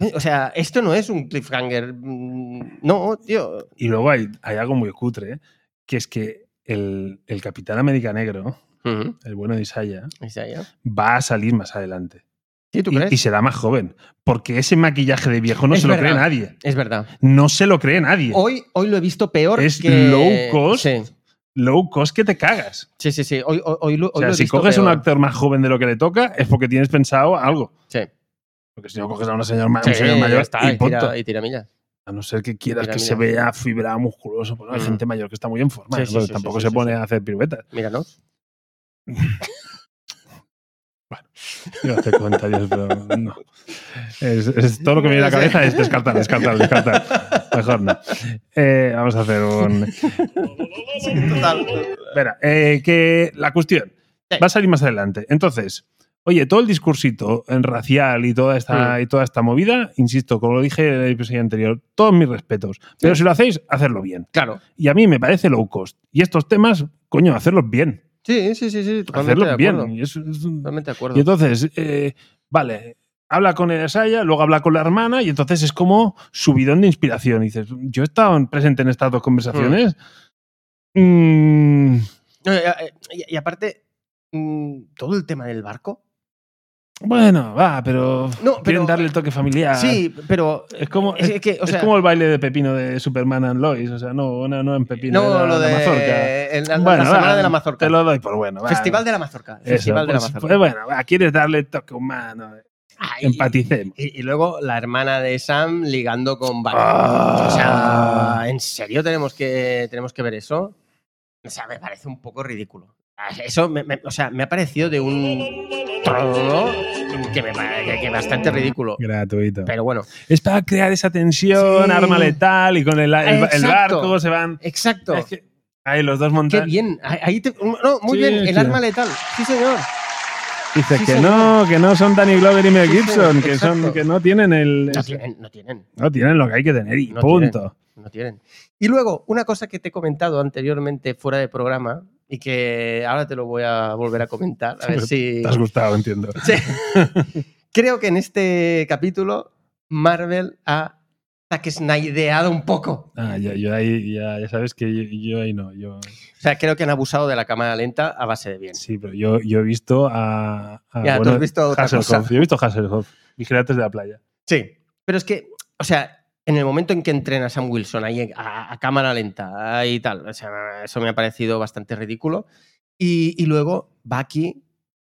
Speaker 2: Eh, O sea, esto no es un cliffhanger. mm, No, tío.
Speaker 1: Y luego hay, hay algo muy cutre, ¿eh? que es que el, el Capitán América Negro, el bueno de Isaiah,
Speaker 2: Isaiah.
Speaker 1: va a salir más adelante.
Speaker 2: Sí, ¿tú
Speaker 1: Y,
Speaker 2: crees?
Speaker 1: y será más joven. Porque ese maquillaje de viejo no
Speaker 2: Es
Speaker 1: se lo cree
Speaker 2: verdad.
Speaker 1: nadie.
Speaker 2: Es verdad.
Speaker 1: No se lo cree nadie.
Speaker 2: Hoy, hoy lo he visto peor
Speaker 1: Es
Speaker 2: que...
Speaker 1: low cost.
Speaker 2: Sí,
Speaker 1: Low cost que te cagas.
Speaker 2: sí, sí. sí. Hoy, hoy, hoy lo, hoy
Speaker 1: O sea,
Speaker 2: lo he
Speaker 1: si
Speaker 2: visto
Speaker 1: coges a un
Speaker 2: peor.
Speaker 1: actor más joven de lo que le toca, es porque tienes pensado algo.
Speaker 2: Sí.
Speaker 1: Porque si no coges a una señor ma-
Speaker 2: Sí,
Speaker 1: un señor
Speaker 2: ya
Speaker 1: mayor,
Speaker 2: está,
Speaker 1: y
Speaker 2: y,
Speaker 1: punto.
Speaker 2: tira, y tira millas.
Speaker 1: a no ser que quieras
Speaker 2: Mira,
Speaker 1: que
Speaker 2: mira.
Speaker 1: se vea fibrado, musculoso. Bueno, hay
Speaker 2: Mm.
Speaker 1: gente mayor que está muy en forma.
Speaker 2: Sí, sí,
Speaker 1: ¿no?
Speaker 2: sí, sí,
Speaker 1: tampoco
Speaker 2: sí,
Speaker 1: se
Speaker 2: sí,
Speaker 1: pone
Speaker 2: sí.
Speaker 1: a hacer piruetas.
Speaker 2: Míranos.
Speaker 1: Bueno, iba a hacer comentarios, pero no. Es, es todo lo que me viene a la cabeza es descartar, descartar, descartar. Mejor no. Eh, vamos a hacer un.
Speaker 2: Total.
Speaker 1: Verá, eh, que la cuestión
Speaker 2: Sí.
Speaker 1: va a salir más adelante. Entonces, oye, todo el discursito en racial y toda esta
Speaker 2: Mm.
Speaker 1: y toda esta movida, insisto, como lo dije en el episodio anterior, todos mis respetos. Pero si lo hacéis, hacedlo bien.
Speaker 2: Claro.
Speaker 1: Y a mí me parece low cost. Y estos temas, coño, hacerlos bien.
Speaker 2: Sí, sí, sí, sí. Totalmente
Speaker 1: Hacerlos
Speaker 2: de acuerdo.
Speaker 1: bien. Y, eso es un-
Speaker 2: Totalmente de acuerdo.
Speaker 1: y entonces, eh, vale. Habla con el Asaya, luego habla con la hermana y entonces es como subidón de inspiración. Y dices, yo he estado presente en estas dos conversaciones. Mm,
Speaker 2: No, y, y- y aparte, mm, todo el tema del barco.
Speaker 1: Bueno, va, pero,
Speaker 2: No, pero-
Speaker 1: quieren darle el toque familiar.
Speaker 2: Sí, pero.
Speaker 1: Es como,
Speaker 2: Es,
Speaker 1: es,
Speaker 2: que, o
Speaker 1: es
Speaker 2: sea,
Speaker 1: como el baile de Pepino de Superman and Lois. O sea, no, no, no en Pepino.
Speaker 2: no
Speaker 1: era
Speaker 2: lo
Speaker 1: la mazorca.
Speaker 2: de. el- la, la
Speaker 1: Bueno,
Speaker 2: semana
Speaker 1: va,
Speaker 2: de la mazorca.
Speaker 1: Te lo doy por bueno. va.
Speaker 2: Festival de la mazorca.
Speaker 1: Eso,
Speaker 2: Festival de la
Speaker 1: pues,
Speaker 2: mazorca.
Speaker 1: pues bueno, va, quieres darle toque humano.
Speaker 2: Ah, y-
Speaker 1: Empaticemos.
Speaker 2: Y, y luego la hermana de Sam ligando con Barry.
Speaker 1: Ah.
Speaker 2: O sea, ¿en serio tenemos que, tenemos que ver eso? O sea, me parece un poco ridículo. Ah, Eso, me, me- o sea, me ha parecido de un trono que me pa- que- que bastante ridículo.
Speaker 1: Gratuito.
Speaker 2: Pero bueno,
Speaker 1: es para crear esa tensión,
Speaker 2: Sí.
Speaker 1: arma letal y con el, el- el
Speaker 2: Exacto.
Speaker 1: barco se van.
Speaker 2: exacto.
Speaker 1: Es que- ahí los dos
Speaker 2: Qué
Speaker 1: montan.
Speaker 2: bien. Ahí- ahí te- no, muy
Speaker 1: Sí,
Speaker 2: bien. El
Speaker 1: sí.
Speaker 2: arma letal. Sí, señor.
Speaker 1: Dices
Speaker 2: Sí,
Speaker 1: que
Speaker 2: señor.
Speaker 1: no, que no son Danny Glover y Mel
Speaker 2: Sí,
Speaker 1: Gibson,
Speaker 2: señor,
Speaker 1: que, son,
Speaker 2: exacto.
Speaker 1: que no tienen el.
Speaker 2: No tienen, no tienen.
Speaker 1: no tienen lo que hay que tener y
Speaker 2: No
Speaker 1: punto.
Speaker 2: No tienen. Y luego, una cosa que te he comentado anteriormente fuera de programa y que ahora te lo voy a volver a comentar, a ver si...
Speaker 1: Te has gustado, entiendo.
Speaker 2: Sí. Creo que en este capítulo Marvel ha taquesnaideado un poco.
Speaker 1: Ah, yo, yo ahí, ya, ya sabes que yo, yo ahí no. Yo,
Speaker 2: O sea, creo que han abusado de la cámara lenta a base de bien.
Speaker 1: sí, pero yo, yo he visto a. a,
Speaker 2: Ya, tú has visto otra
Speaker 1: Hasselhoff.
Speaker 2: cosa.
Speaker 1: Yo he visto Hasselhoff, Vigilantes de la Playa.
Speaker 2: Sí. Pero es que, o sea, en el momento en que entrena Sam Wilson ahí a, a cámara lenta ahí y tal, o sea, eso me ha parecido bastante ridículo. Y, y luego Bucky,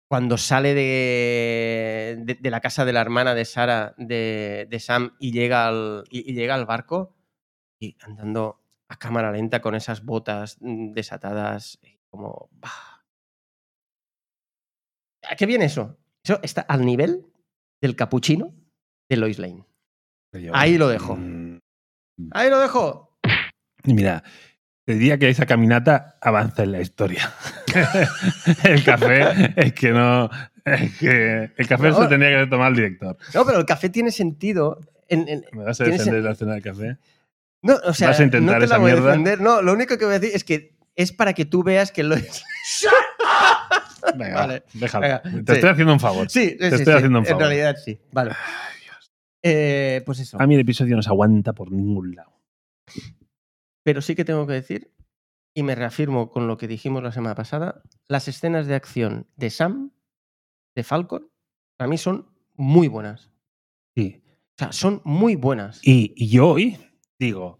Speaker 2: cuando sale de, de, de la casa de la hermana de Sara, de, de Sam, y llega, al, y, y llega al barco, y andando a cámara lenta con esas botas mm, desatadas, y como... bah. ¿A qué viene eso? Eso está al nivel del capuchino de Lois Lane.
Speaker 1: Pero yo-
Speaker 2: Ahí lo dejo.
Speaker 1: Mm,
Speaker 2: Ahí lo dejo.
Speaker 1: Y mira, te diría que esa caminata avanza en la historia. el café es que no. Es que el café
Speaker 2: No.
Speaker 1: se tenía que tomar el director.
Speaker 2: No, pero el café tiene sentido. en- en-
Speaker 1: ¿Me vas a
Speaker 2: Tienes-
Speaker 1: defender la cena del café?
Speaker 2: no, o sea,
Speaker 1: ¿Vas a intentar
Speaker 2: no te
Speaker 1: esa
Speaker 2: la voy
Speaker 1: mierda?
Speaker 2: a defender. No, lo único que voy a decir es que es para que tú veas que lo es.
Speaker 1: Venga,
Speaker 2: Vale.
Speaker 1: déjalo.
Speaker 2: Venga,
Speaker 1: Te
Speaker 2: sí.
Speaker 1: estoy haciendo un favor.
Speaker 2: Sí, sí,
Speaker 1: Te
Speaker 2: sí,
Speaker 1: estoy
Speaker 2: sí,
Speaker 1: haciendo un
Speaker 2: En
Speaker 1: favor.
Speaker 2: realidad sí. Vale. Eh, pues eso.
Speaker 1: A mí el episodio no se aguanta por ningún lado.
Speaker 2: Pero sí que tengo que decir, y me reafirmo con lo que dijimos la semana pasada, las escenas de acción de Sam, de Falcon, para mí son muy buenas.
Speaker 1: Sí.
Speaker 2: O sea, son muy buenas.
Speaker 1: Y, y yo hoy digo,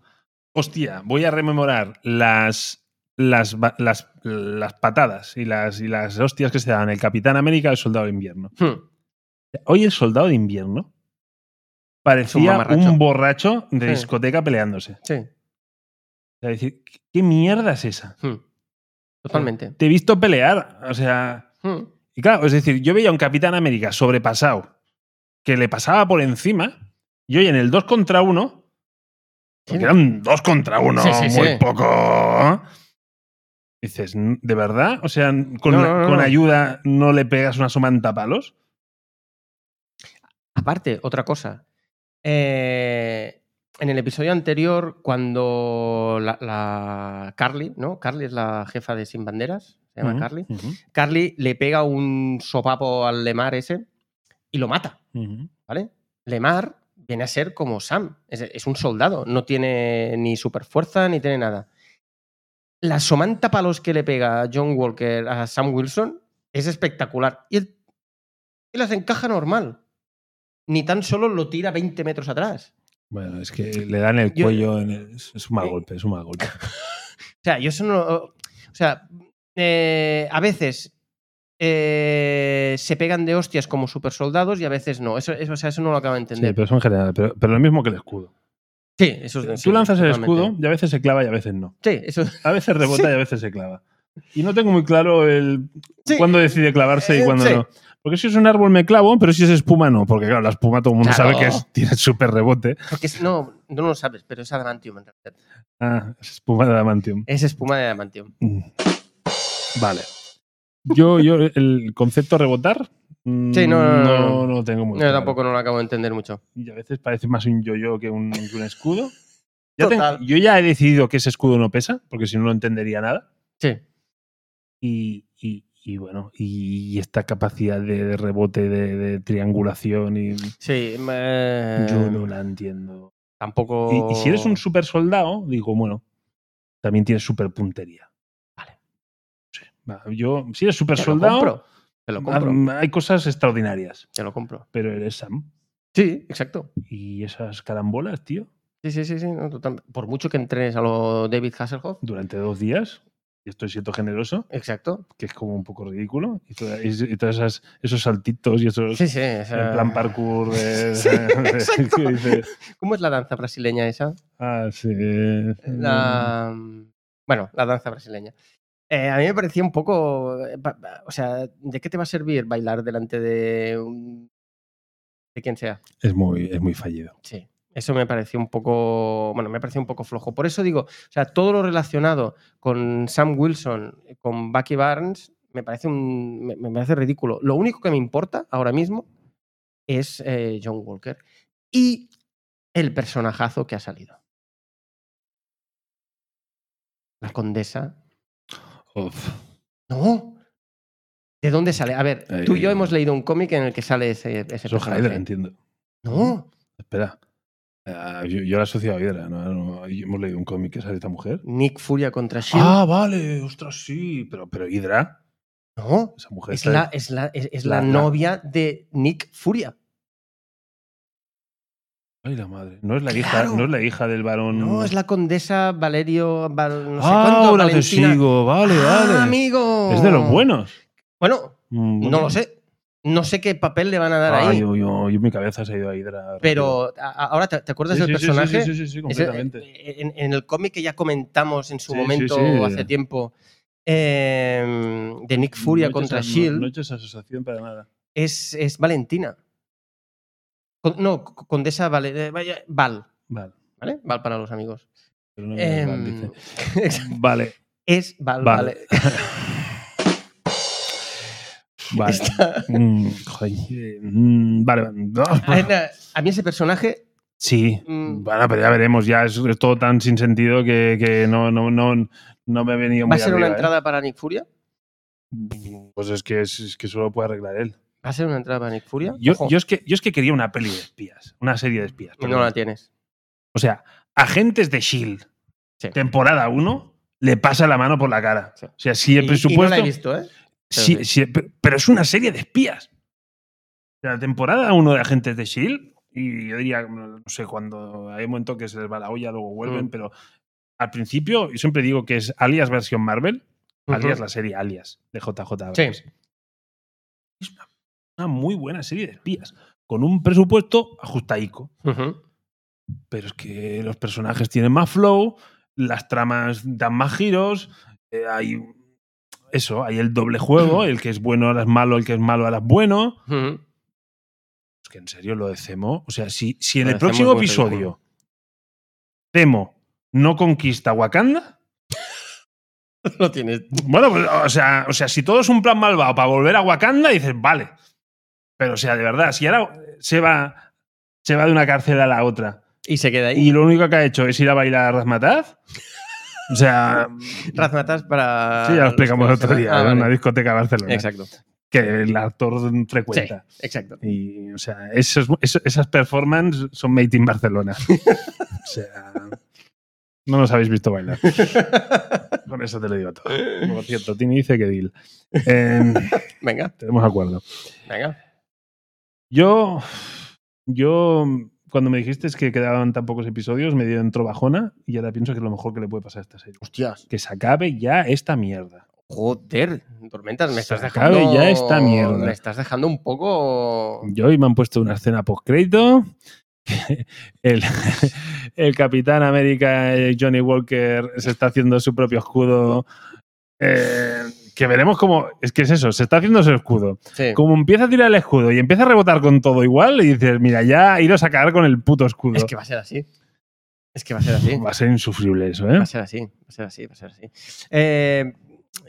Speaker 1: hostia, voy a rememorar las, las, ba- las, las patadas y las, y las hostias que se dan el Capitán América y el Soldado de Invierno.
Speaker 2: Hmm.
Speaker 1: Hoy el Soldado de Invierno parecía
Speaker 2: mamarracho.
Speaker 1: un, borracho de
Speaker 2: Sí.
Speaker 1: discoteca peleándose. O
Speaker 2: Sí.
Speaker 1: sea, decir, ¿qué- ¿qué mierda es esa?
Speaker 2: Hmm. Totalmente.
Speaker 1: Te he visto pelear, o sea...
Speaker 2: Hmm.
Speaker 1: Y claro, es decir, yo veía a un Capitán América sobrepasado que le pasaba por encima y hoy en el 2 contra 1 Porque eran dos contra uno,
Speaker 2: Sí, sí, sí.
Speaker 1: muy poco. Dices, "N- ¿de verdad? O sea, con,
Speaker 2: No, no, no,
Speaker 1: con
Speaker 2: no.
Speaker 1: ayuda no le pegas una somanta a palos.
Speaker 2: Aparte, otra cosa. Eh, en el episodio anterior, cuando la, la Carly, ¿no? Carly es la jefa de Sin Banderas, se llama
Speaker 1: Ujú,
Speaker 2: Carly.
Speaker 1: ujú,
Speaker 2: Carly le pega un sopapo al Lemar ese y lo mata,
Speaker 1: ujú.
Speaker 2: ¿vale? Lemar viene a ser como Sam, es, es un soldado, no tiene ni superfuerza ni tiene nada. La somanta palos que le pega John Walker a Sam Wilson es espectacular. Y él y las encaja normal. Ni tan solo lo tira 20 metros atrás.
Speaker 1: Bueno, es que le dan el
Speaker 2: Yo-
Speaker 1: cuello. en el- es es un mal golpe, es un mal golpe.
Speaker 2: O sea, yo eso no. O sea, eh, a veces eh, se pegan de hostias como supersoldados y a veces no. Eso, eso, o sea, eso no lo acabo de
Speaker 1: Sí,
Speaker 2: entender.
Speaker 1: pero eso en general. Pero, pero lo mismo que el escudo.
Speaker 2: Sí, eso es- sí,
Speaker 1: Tú lanzas el
Speaker 2: totalmente.
Speaker 1: escudo y a veces se clava y a veces no.
Speaker 2: Sí, eso.
Speaker 1: A veces rebota
Speaker 2: Sí.
Speaker 1: y a veces se clava. Y no tengo muy claro el
Speaker 2: Sí.
Speaker 1: cuándo decide clavarse y
Speaker 2: Eh,
Speaker 1: cuándo
Speaker 2: sí.
Speaker 1: no. Porque si es un árbol me clavo, pero si es espuma no, porque claro, la espuma todo el mundo
Speaker 2: Claro.
Speaker 1: sabe que es- tiene súper rebote.
Speaker 2: Porque es- no, no lo sabes, pero es adamantium en realidad.
Speaker 1: Ah, es espuma de adamantium.
Speaker 2: Es espuma de adamantium.
Speaker 1: Mm. Vale. Yo, yo, el concepto rebotar. mm,
Speaker 2: Sí, no, no, no, no.
Speaker 1: lo tengo muy
Speaker 2: Yo
Speaker 1: claro.
Speaker 2: tampoco no lo acabo de entender mucho.
Speaker 1: Y a veces parece más un yo-yo que un, que un escudo. Ya
Speaker 2: Total.
Speaker 1: tengo- yo ya he decidido que ese escudo no pesa, porque si no, no entendería nada.
Speaker 2: Sí.
Speaker 1: Y, y- y bueno, y, esta capacidad de, de rebote, de, de triangulación, y
Speaker 2: Sí. me-
Speaker 1: yo no la entiendo.
Speaker 2: Tampoco.
Speaker 1: Y, y si eres
Speaker 2: Em.
Speaker 1: un super soldado, digo, bueno, también tienes super puntería. Vale. Sí, va, yo, si eres super
Speaker 2: Te lo
Speaker 1: soldado,
Speaker 2: compro, Te lo compro.
Speaker 1: ah, hay cosas extraordinarias,
Speaker 2: Te lo compro.
Speaker 1: pero eres Sam.
Speaker 2: Sí, exacto.
Speaker 1: Y esas carambolas, tío,
Speaker 2: Sí, sí, sí. sí no, total- Por mucho que entrenes a lo David Hasselhoff.
Speaker 1: durante dos días, y estoy siendo generoso,
Speaker 2: Exacto.
Speaker 1: que es como un poco ridículo, y toda- y- y todas esas- esos saltitos y esos...
Speaker 2: Sí, sí. o sea,
Speaker 1: Pues En plan parkour de...
Speaker 2: Eh, Sí, exacto.
Speaker 1: que dice,
Speaker 2: ¿Cómo es la danza brasileña esa?
Speaker 1: ah, sí.
Speaker 2: La, mm, bueno, la danza brasileña. Eh, a mí me parecía un poco. eh, pa- pa- O sea, ¿de qué te va a servir bailar delante de. un- de quien sea?
Speaker 1: Es muy, es muy fallido.
Speaker 2: Sí, eso me pareció un poco, bueno, me pareció un poco flojo. Por eso digo, o sea, todo lo relacionado con Sam Wilson, eh, con Bucky Barnes, me parece un, me, me parece ridículo. Lo único que me importa ahora mismo es eh, John Walker y el personajazo que ha salido. La condesa.
Speaker 1: Uf.
Speaker 2: No. ¿De dónde sale? A ver, tú y yo
Speaker 1: Ay.
Speaker 2: hemos leído un cómic en el que sale ese, ese
Speaker 1: Eso es Hydra,
Speaker 2: personaje.
Speaker 1: Eh, entiendo.
Speaker 2: No,
Speaker 1: Espera. Ah, yo, yo la asocio a Hydra, ¿no? No, y Hemos leído un cómic que sale esta mujer.
Speaker 2: Nick Furia contra Shield.
Speaker 1: Ah, vale, ostras, sí. Pero, pero Hydra,
Speaker 2: no.
Speaker 1: esa mujer.
Speaker 2: Es
Speaker 1: está-
Speaker 2: la, es la- es- es la
Speaker 1: la- la-
Speaker 2: novia de Nick Furia.
Speaker 1: Ay, la madre. No es la,
Speaker 2: Claro.
Speaker 1: hija, no es la hija del varón.
Speaker 2: No, es la condesa Valerio. Val- no sé
Speaker 1: Mm. ah,
Speaker 2: cuánto,
Speaker 1: ahora te
Speaker 2: Valentina.
Speaker 1: sigo. Vale,
Speaker 2: Ah,
Speaker 1: vale.
Speaker 2: amigo!
Speaker 1: Es de los buenos.
Speaker 2: Bueno,
Speaker 1: Mm, bueno.
Speaker 2: no lo sé. No sé qué papel le van a dar
Speaker 1: Ah,
Speaker 2: ahí.
Speaker 1: yo, yo- yo- mi cabeza se ha ido a Hydra.
Speaker 2: Pero a- a- ahora, ¿te, te acuerdas
Speaker 1: Sí,
Speaker 2: del
Speaker 1: sí, sí,
Speaker 2: personaje?
Speaker 1: Sí, sí, sí, sí,
Speaker 2: Ese- eh,
Speaker 1: completamente.
Speaker 2: en, en el cómic que ya comentamos en su
Speaker 1: Sí, sí,
Speaker 2: momento
Speaker 1: sí.
Speaker 2: hace tiempo, eh, de Nick Furia
Speaker 1: No he hecho
Speaker 2: contra
Speaker 1: esa- no-
Speaker 2: Shield,
Speaker 1: No, he hecho esa asociación para nada.
Speaker 2: es, es Valentina. Con- no, condesa Vale- eh, vaya, Val.
Speaker 1: Vale.
Speaker 2: ¿Vale? Val para los amigos.
Speaker 1: Pero no me
Speaker 2: Em,
Speaker 1: vale, dice. Vale.
Speaker 2: es Val, vale.
Speaker 1: Vale. Vale. Mm, joder, mm, vale. no.
Speaker 2: A ver, a- A mí ese personaje,
Speaker 1: Sí.
Speaker 2: Mm.
Speaker 1: Bueno, pero ya veremos. Ya es, es todo tan sin sentido que, que no, no, no, no me ha venido
Speaker 2: ¿va a
Speaker 1: muy
Speaker 2: ser
Speaker 1: arriba,
Speaker 2: una
Speaker 1: ¿eh?
Speaker 2: entrada para Nick Furia?
Speaker 1: Pues es que, es, es que solo puede arreglar él.
Speaker 2: ¿Va a ser una entrada para Nick Furia?
Speaker 1: Yo,
Speaker 2: Ojo,
Speaker 1: yo es que, yo es que quería una peli de espías. Una serie de espías.
Speaker 2: y no
Speaker 1: perdón.
Speaker 2: la tienes.
Speaker 1: O sea, Agentes de Shield,
Speaker 2: Sí.
Speaker 1: temporada 1, le pasa la mano por la cara.
Speaker 2: Sí.
Speaker 1: O sea, si
Speaker 2: Y-
Speaker 1: el
Speaker 2: y no
Speaker 1: presupuesto.
Speaker 2: la he visto, ¿eh?
Speaker 1: si- si- pero- pero es una serie de espías. O sea, temporada 1 de Agentes de Shield, E y yo diría, mm, no sé, cuando hay un momento que se les va la olla, luego vuelven,
Speaker 2: Mm.
Speaker 1: pero al principio, yo siempre digo que es alias versión Marvel, alias la serie alias de JJ. Abrams.
Speaker 2: Sí.
Speaker 1: Es una, una muy buena serie de espías, con un presupuesto ajustaico
Speaker 2: Ujú.
Speaker 1: pero es que los personajes tienen más flow, las tramas dan más giros, eh, hay eso, hay el doble juego, el que es bueno ahora es malo, el que es malo ahora es bueno.
Speaker 2: Ujú.
Speaker 1: Es que en serio lo de Zemo, o sea, si, si en
Speaker 2: Lo
Speaker 1: el
Speaker 2: de Zemo
Speaker 1: próximo
Speaker 2: es muy
Speaker 1: episodio Zemo no conquista Wakanda,
Speaker 2: Lo tienes.
Speaker 1: bueno, pues, o sea, o sea, si todo es un plan malvado para volver a Wakanda, dices, vale. Pero, o sea, de verdad, si ahora se va, se va de una cárcel a la otra
Speaker 2: Y se queda ahí.
Speaker 1: y lo único que ha hecho es ir a bailar a Razmataz, o sea,
Speaker 2: Razmatas para.
Speaker 1: Sí, ya lo
Speaker 2: los
Speaker 1: explicamos
Speaker 2: que
Speaker 1: el
Speaker 2: no
Speaker 1: otro
Speaker 2: sepan.
Speaker 1: día, ¿eh?
Speaker 2: Ah,
Speaker 1: en
Speaker 2: vale.
Speaker 1: una discoteca de Barcelona,
Speaker 2: Exacto.
Speaker 1: que el actor
Speaker 2: Sí,
Speaker 1: frecuenta.
Speaker 2: exacto.
Speaker 1: Y, o sea, esos- eso- esas performances son made in Barcelona. o sea, no nos habéis visto bailar. Con eso te lo digo todo. Por cierto, Tini dice que Dil. Em,
Speaker 2: Venga,
Speaker 1: tenemos acuerdo.
Speaker 2: venga.
Speaker 1: Yo, yo, cuando me dijiste que quedaban tan pocos episodios, me dio entro bajona y ahora pienso que es lo mejor que le puede pasar a esta serie.
Speaker 2: Hostias.
Speaker 1: Que se acabe ya esta mierda.
Speaker 2: Joder, tormentas, me
Speaker 1: Se
Speaker 2: estás
Speaker 1: acabe
Speaker 2: dejando.
Speaker 1: ya esta mierda. Mm.
Speaker 2: Me estás dejando un poco.
Speaker 1: Yo hoy me han puesto una escena post-crédito. El, el Capitán América, eh, Johnny Walker, se está haciendo su propio escudo eh, que veremos cómo. Es que es eso, se está haciendo ese escudo.
Speaker 2: Sí.
Speaker 1: Como empieza a tirar el escudo y empieza a rebotar con todo igual, y dices, mira, ya iros a cagar con el puto escudo. Pues
Speaker 2: Es que va a ser así. Es que va a ser así.
Speaker 1: Va a ser insufrible eso, ¿eh?
Speaker 2: Va a ser así, va a ser así, va a ser así. Eh,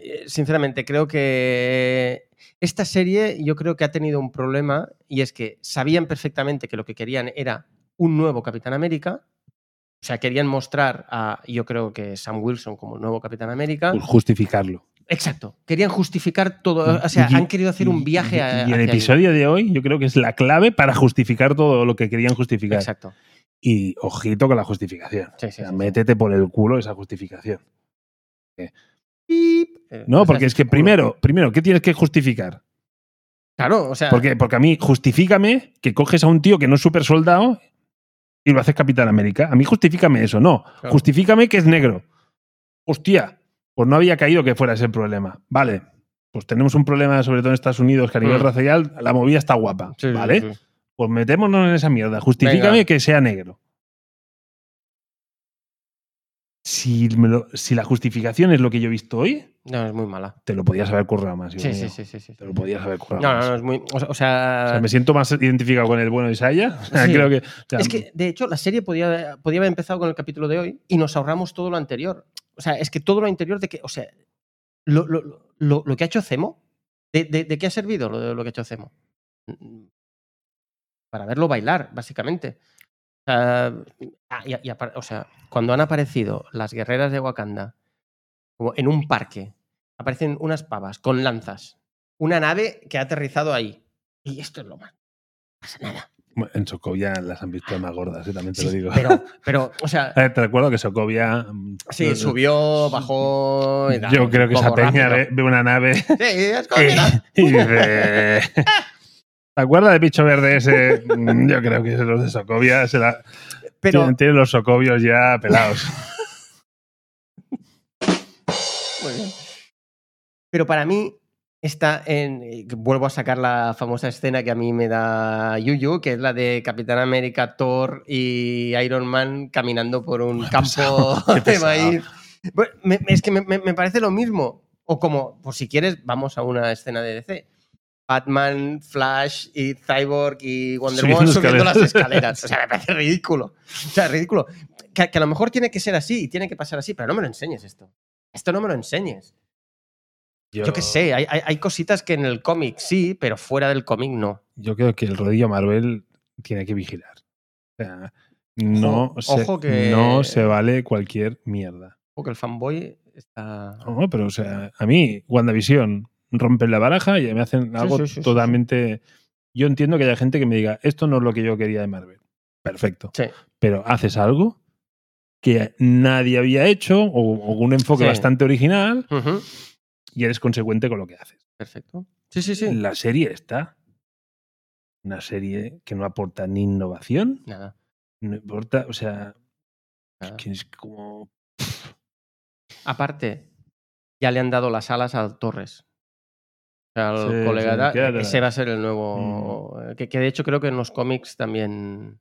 Speaker 2: eh, sinceramente, creo que esta serie yo creo que ha tenido un problema y es que sabían perfectamente que lo que querían era un nuevo Capitán América. O sea, querían mostrar a, yo creo que Sam Wilson como el nuevo Capitán América.
Speaker 1: Por Justificarlo.
Speaker 2: Exacto. Querían justificar todo. O sea,
Speaker 1: Y-
Speaker 2: han querido hacer un viaje a.
Speaker 1: Y
Speaker 2: hacia
Speaker 1: el
Speaker 2: ahí.
Speaker 1: episodio de hoy yo creo que es la clave para justificar todo lo que querían justificar.
Speaker 2: Exacto.
Speaker 1: Y ojito con la justificación.
Speaker 2: Sí, sí,
Speaker 1: O sea,
Speaker 2: sí, sí.
Speaker 1: métete por el culo esa justificación.
Speaker 2: Pip. Eh,
Speaker 1: No,
Speaker 2: estás
Speaker 1: porque es que
Speaker 2: seguro.
Speaker 1: primero, primero, ¿qué tienes que justificar?
Speaker 2: Claro, o sea.
Speaker 1: Porque, porque a mí, justifícame que coges a un tío que no es super soldado y lo haces Capitán América. A mí, justifícame eso. No,
Speaker 2: Claro.
Speaker 1: justifícame que es negro. Hostia, pues no había caído que fuera ese el problema. Vale, pues tenemos un problema, sobre todo en Estados Unidos, que a nivel
Speaker 2: Mm.
Speaker 1: racial la movida está guapa.
Speaker 2: Sí, sí,
Speaker 1: vale,
Speaker 2: sí.
Speaker 1: pues metémonos en esa mierda. Justifícame
Speaker 2: Venga.
Speaker 1: que sea negro. Si, me lo- si la justificación es lo que yo he visto hoy,
Speaker 2: No, es muy mala.
Speaker 1: te lo podías haber currado más. Dios
Speaker 2: Sí,
Speaker 1: mío.
Speaker 2: sí, sí, sí, sí.
Speaker 1: Te lo podías haber currado
Speaker 2: No, no,
Speaker 1: más.
Speaker 2: no, es muy. O sea, o
Speaker 1: O
Speaker 2: sea,
Speaker 1: sea, me siento más identificado con el bueno de Isaiah. O sea,
Speaker 2: Sí.
Speaker 1: creo que, o sea,
Speaker 2: Es que, de hecho, la serie podía, podía haber empezado con el capítulo de hoy y nos ahorramos todo lo anterior. O sea, es que todo lo anterior de que. O sea, lo, lo- lo- lo que ha hecho Cemo, de, de- de qué ha servido lo, lo que ha hecho Cemo? Para verlo bailar, básicamente. O sea, ah, y- y apar- o sea, cuando han aparecido las guerreras de Wakanda, como en un parque, aparecen unas pavas con lanzas, una nave que ha aterrizado ahí. Y esto es lo más. No pasa nada.
Speaker 1: bueno, en Socovia las han visto más gordas, eh, también te lo
Speaker 2: Sí,
Speaker 1: digo.
Speaker 2: pero, pero, o sea,
Speaker 1: Eh, te recuerdo que Socovia. mm,
Speaker 2: Sí,
Speaker 1: no-
Speaker 2: subió, bajó. y tal,
Speaker 1: Yo creo que
Speaker 2: un
Speaker 1: esa Eh,
Speaker 2: poco
Speaker 1: peña ve,
Speaker 2: rápido.
Speaker 1: ve una nave
Speaker 2: Sí, es como, mira,
Speaker 1: y dice. ¿Te acuerdas de bicho verde ese? Mm, Yo creo que es los de Socovia. Se la,
Speaker 2: Pero.
Speaker 1: tienen, tienen los socovios ya pelados.
Speaker 2: Muy bien. Pero para mí está en. eh, Vuelvo a sacar la famosa escena que a mí me da Yuyu, que es la de Capitán América, Thor y Iron Man caminando por un campo
Speaker 1: pesado, qué
Speaker 2: de
Speaker 1: pesado.
Speaker 2: maíz. Bueno, me- me- es que me, me- me parece lo mismo. O como, por si quieres, vamos a una escena de DC. Batman, Flash y Cyborg y Wonder
Speaker 1: Subiendo
Speaker 2: Woman subiendo
Speaker 1: escaleras.
Speaker 2: las escaleras. O sea, me parece ridículo. O sea, ridículo. Que, que a lo mejor tiene que ser así y tiene que pasar así, pero no me lo enseñes esto. Esto no me lo enseñes. Yo qué sé, hay, hay- hay cositas que en el cómic sí, pero fuera del cómic no.
Speaker 1: Yo creo que el rodillo Marvel tiene que vigilar. O sea, no,
Speaker 2: Ojo,
Speaker 1: se,
Speaker 2: ojo que-
Speaker 1: no se vale cualquier mierda.
Speaker 2: Porque el fanboy está...
Speaker 1: No, pero o sea, a mí, WandaVision, rompen la baraja y me hacen algo
Speaker 2: sí, sí, sí,
Speaker 1: totalmente. Yo entiendo que haya gente que me diga, esto no es lo que yo quería de Marvel. Perfecto.
Speaker 2: Sí.
Speaker 1: Pero haces algo que nadie había hecho o, o un enfoque
Speaker 2: Sí.
Speaker 1: bastante original
Speaker 2: Ujú,
Speaker 1: y eres consecuente con lo que haces.
Speaker 2: Perfecto. Sí, sí, sí.
Speaker 1: La serie está. Una serie que no aporta ni innovación,
Speaker 2: Nada.
Speaker 1: no importa, o sea,
Speaker 2: nada.
Speaker 1: que es como...
Speaker 2: Aparte, ya le han dado las alas al Torres. O sea, Al
Speaker 1: Sí, Mm.
Speaker 2: colega,
Speaker 1: sí,
Speaker 2: da-
Speaker 1: quédatela.
Speaker 2: ese va a ser el nuevo. eh, Que, que de hecho creo que en los cómics también.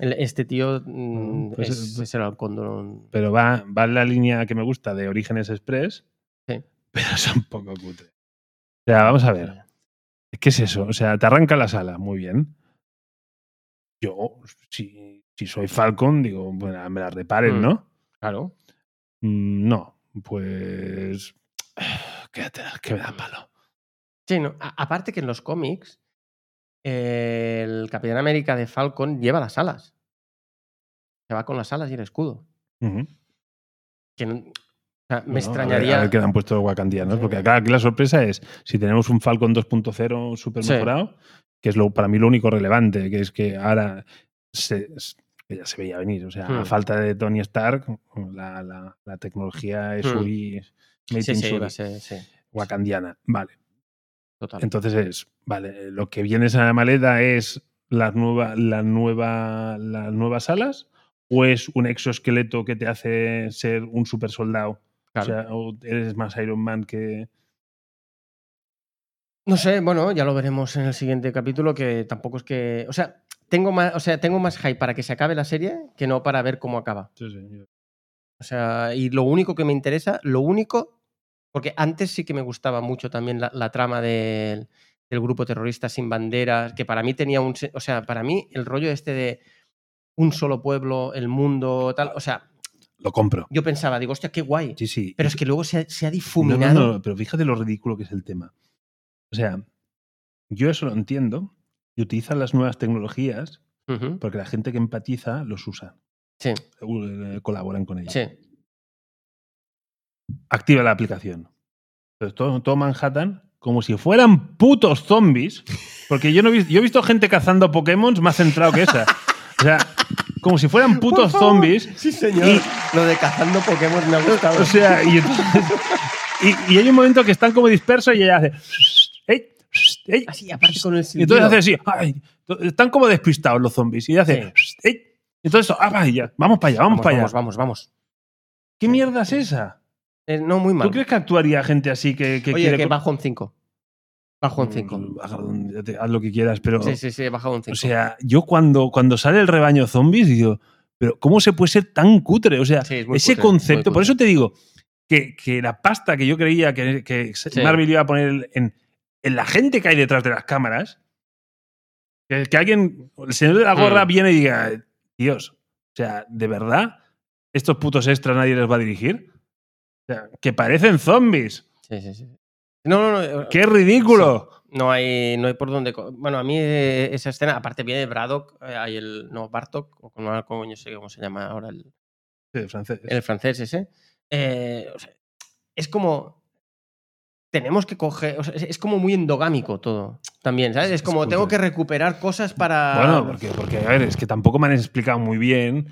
Speaker 2: el- este tío mm,
Speaker 1: pues,
Speaker 2: es,
Speaker 1: eh,
Speaker 2: es el halcón.
Speaker 1: Pero va, va en la línea que me gusta de Orígenes Express,
Speaker 2: Sí.
Speaker 1: pero es un poco cutre. O sea, vamos a ver, ¿qué es eso? O sea, te arranca la sala, muy bien. Yo, si, si soy Falcon, digo, bueno, me la reparen,
Speaker 2: Mm.
Speaker 1: ¿no?
Speaker 2: Claro.
Speaker 1: Mm, No, pues... Quédate, que me
Speaker 2: Mm.
Speaker 1: da palo.
Speaker 2: Sí, no, a- aparte que en los cómics, eh, el Capitán América de Falcon lleva las alas. Se va con las alas y el escudo.
Speaker 1: Ujú.
Speaker 2: Que no- o sea, me
Speaker 1: Bueno, a ver-
Speaker 2: extrañaría.
Speaker 1: A ver, qué le han puesto los wakandianos.
Speaker 2: Sí.
Speaker 1: Porque claro, aquí la sorpresa es si tenemos un Falcon 2.0 super
Speaker 2: Sí.
Speaker 1: mejorado, que es lo, para mí lo único relevante, que es que ahora se, es- que ya se veía venir. O sea, a
Speaker 2: Hmm.
Speaker 1: falta de Tony Stark, la, la- la tecnología es
Speaker 2: Hmm.
Speaker 1: Uri, made
Speaker 2: sí,
Speaker 1: in
Speaker 2: sí,
Speaker 1: Uri,
Speaker 2: va a ser, sí,
Speaker 1: wakandiana. Vale.
Speaker 2: total.
Speaker 1: Entonces es, vale, lo que viene en la maleta es las nueva, la nueva, las nuevas alas, o es un exoesqueleto que te hace ser un super soldado.
Speaker 2: Claro.
Speaker 1: O sea, o eres más Iron Man que.
Speaker 2: No sé, bueno, ya lo veremos en el siguiente capítulo, que tampoco es que. O sea, tengo más, o sea, tengo más hype para que se acabe la serie que no para ver cómo acaba. O sea, y lo único que me interesa, lo único Porque antes sí que me gustaba mucho también la, la trama del, del grupo terrorista sin banderas, que para mí tenía un... se- O sea, para mí el rollo este de un solo pueblo, el mundo, tal... O sea,
Speaker 1: Lo compro.
Speaker 2: yo pensaba, digo, hostia, qué guay.
Speaker 1: Sí, sí.
Speaker 2: Pero es que luego se ha, se ha
Speaker 1: No,
Speaker 2: difuminado.
Speaker 1: no, no, pero fíjate lo ridículo que es el tema. O sea, yo eso lo entiendo y utilizan las nuevas tecnologías
Speaker 2: Ujú,
Speaker 1: porque la gente que empatiza los usa.
Speaker 2: Sí,
Speaker 1: eh, Colaboran con ellos.
Speaker 2: sí.
Speaker 1: Activa la aplicación. Entonces, todo, todo Manhattan como si fueran putos zombies. Porque yo, no he, visto, yo he visto gente cazando Pokémon más centrado que esa. O sea, como si fueran putos zombies.
Speaker 2: Sí, señor.
Speaker 1: Y-
Speaker 2: Lo de cazando Pokémon me ha gustado.
Speaker 1: O sea, y entonces. Y, y hay un momento que están como dispersos y ella hace. "Ey, ey".
Speaker 2: Así, aparte con el
Speaker 1: Y entonces
Speaker 2: silbido.
Speaker 1: hace así. "Ay". Están como despistados los zombies. Y ella hace. "Ey". Entonces, ah, va, ya, vamos para allá, vamos, para allá.
Speaker 2: Vamos, vamos, vamos.
Speaker 1: ¿Qué mierda es esa?
Speaker 2: Eh, no, muy mal.
Speaker 1: ¿Tú crees que actuaría gente así que, que
Speaker 2: Oye,
Speaker 1: quiere
Speaker 2: que
Speaker 1: co- Mm,
Speaker 2: bajo un 5. Bajo un 5.
Speaker 1: Haz donde- te- Haz lo que quieras, pero.
Speaker 2: Sí, sí, sí, he bajado un 5.
Speaker 1: O sea, yo cuando, cuando sale el rebaño zombies, digo, pero ¿cómo se puede ser tan cutre? O sea,
Speaker 2: Sí, es muy
Speaker 1: ese
Speaker 2: cutre,
Speaker 1: concepto.
Speaker 2: muy
Speaker 1: Por
Speaker 2: cutre.
Speaker 1: eso te digo que, que la pasta que yo creía que, que
Speaker 2: Sí.
Speaker 1: Marvel iba a poner en, en la gente que hay detrás de las cámaras, que, que alguien, el señor de la gorra,
Speaker 2: Mm.
Speaker 1: viene y diga, Dios, o sea, ¿de verdad estos putos extras nadie les va a dirigir? O sea, que parecen zombies.
Speaker 2: Sí, sí, sí. No, no, no. eh,
Speaker 1: ¡Qué ridículo!
Speaker 2: No hay, no hay por dónde. co- Bueno, a mí eh, esa escena, aparte viene Braddock, eh, hay el. No, Bartok, o como, como yo sé cómo se llama ahora el,
Speaker 1: Sí, francés.
Speaker 2: el francés ese. Eh, o sea, es como. Tenemos que coger. o sea, es- es como muy endogámico todo. También, ¿sabes? Es
Speaker 1: es
Speaker 2: como tengo
Speaker 1: cutre.
Speaker 2: que recuperar cosas para.
Speaker 1: Bueno, porque, porque, a ver, es que tampoco me han explicado muy bien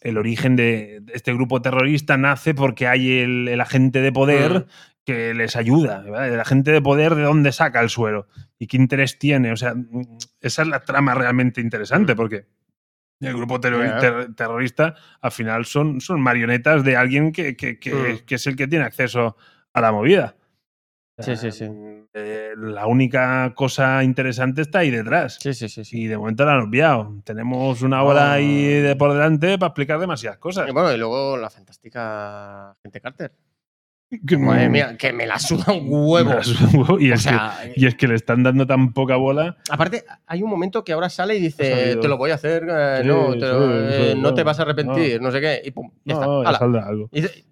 Speaker 1: el origen de de este grupo terrorista. Nace porque hay el, el agente de poder
Speaker 2: Mm.
Speaker 1: que les ayuda. ¿verdad? El agente de poder, ¿de dónde saca el suero? ¿Y qué interés tiene? O sea, mm, esa es la trama realmente interesante porque el grupo terro-
Speaker 2: Mm. Ya.
Speaker 1: ter- terrorista al final son, son marionetas de alguien que, que- que-
Speaker 2: Mm.
Speaker 1: que es el que tiene acceso a la movida.
Speaker 2: Sí, sí, sí.
Speaker 1: Eh, la única cosa interesante está ahí detrás.
Speaker 2: Sí, sí, sí. sí.
Speaker 1: Y de momento la han obviado. Tenemos una hora
Speaker 2: Ah.
Speaker 1: ahí de por delante para explicar demasiadas cosas.
Speaker 2: Y bueno, y luego la fantástica gente Carter.
Speaker 1: Que-
Speaker 2: Madre mía, que me la suda un huevo.
Speaker 1: Mm. Me la suda un huevo. Y,
Speaker 2: O
Speaker 1: es
Speaker 2: sea,
Speaker 1: que, y es que le están dando tan poca bola.
Speaker 2: aparte, hay un momento que ahora sale y
Speaker 1: Ha
Speaker 2: dice,
Speaker 1: salido.
Speaker 2: te lo voy a hacer, eh,
Speaker 1: Sí,
Speaker 2: no, te lo-
Speaker 1: sí,
Speaker 2: eh,
Speaker 1: sí,
Speaker 2: no te
Speaker 1: no,
Speaker 2: vas a arrepentir, no, sé qué, y pum, ya
Speaker 1: No,
Speaker 2: está.
Speaker 1: ya
Speaker 2: ala.
Speaker 1: saldrá algo.
Speaker 2: Y dice- en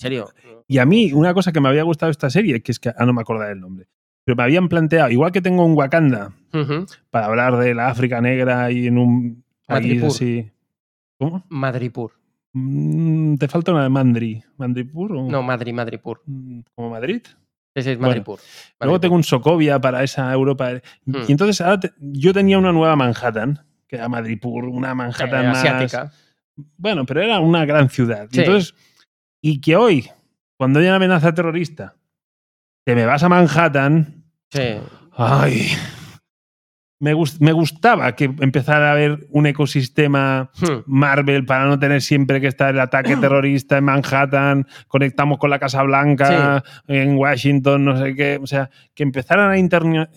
Speaker 2: serio.
Speaker 1: Y a mí, una cosa que me había gustado de esta serie, que es que ah, no me acordaba del nombre, pero me habían planteado, igual que tengo un Wakanda
Speaker 2: Ujú.
Speaker 1: para hablar de la África negra y en un país
Speaker 2: Madripur.
Speaker 1: así. ¿Cómo?
Speaker 2: Madripur.
Speaker 1: Mm, te falta una de Mandri. ¿Mandripur? O,
Speaker 2: No, Madrid, Madripur.
Speaker 1: Mm, ¿Como Madrid?
Speaker 2: Ese es
Speaker 1: Mm. Bueno,
Speaker 2: Madripur.
Speaker 1: Luego tengo un Socovia para esa Europa.
Speaker 2: Hmm.
Speaker 1: Y entonces ahora te- yo tenía una nueva Manhattan, que era Madripur, una Manhattan más.
Speaker 2: Eh, asiática.
Speaker 1: Bueno, pero era una gran ciudad. Y
Speaker 2: Sí.
Speaker 1: Entonces, y que hoy, cuando hay una amenaza terrorista, te me vas a Manhattan.
Speaker 2: Sí.
Speaker 1: Ay. Me, gus- me gustaba que empezara a haber un ecosistema
Speaker 2: Hmm.
Speaker 1: Marvel para no tener siempre que estar el ataque terrorista en Manhattan, conectamos con la Casa Blanca, en Washington, no sé qué. O sea, que empezaran a interna-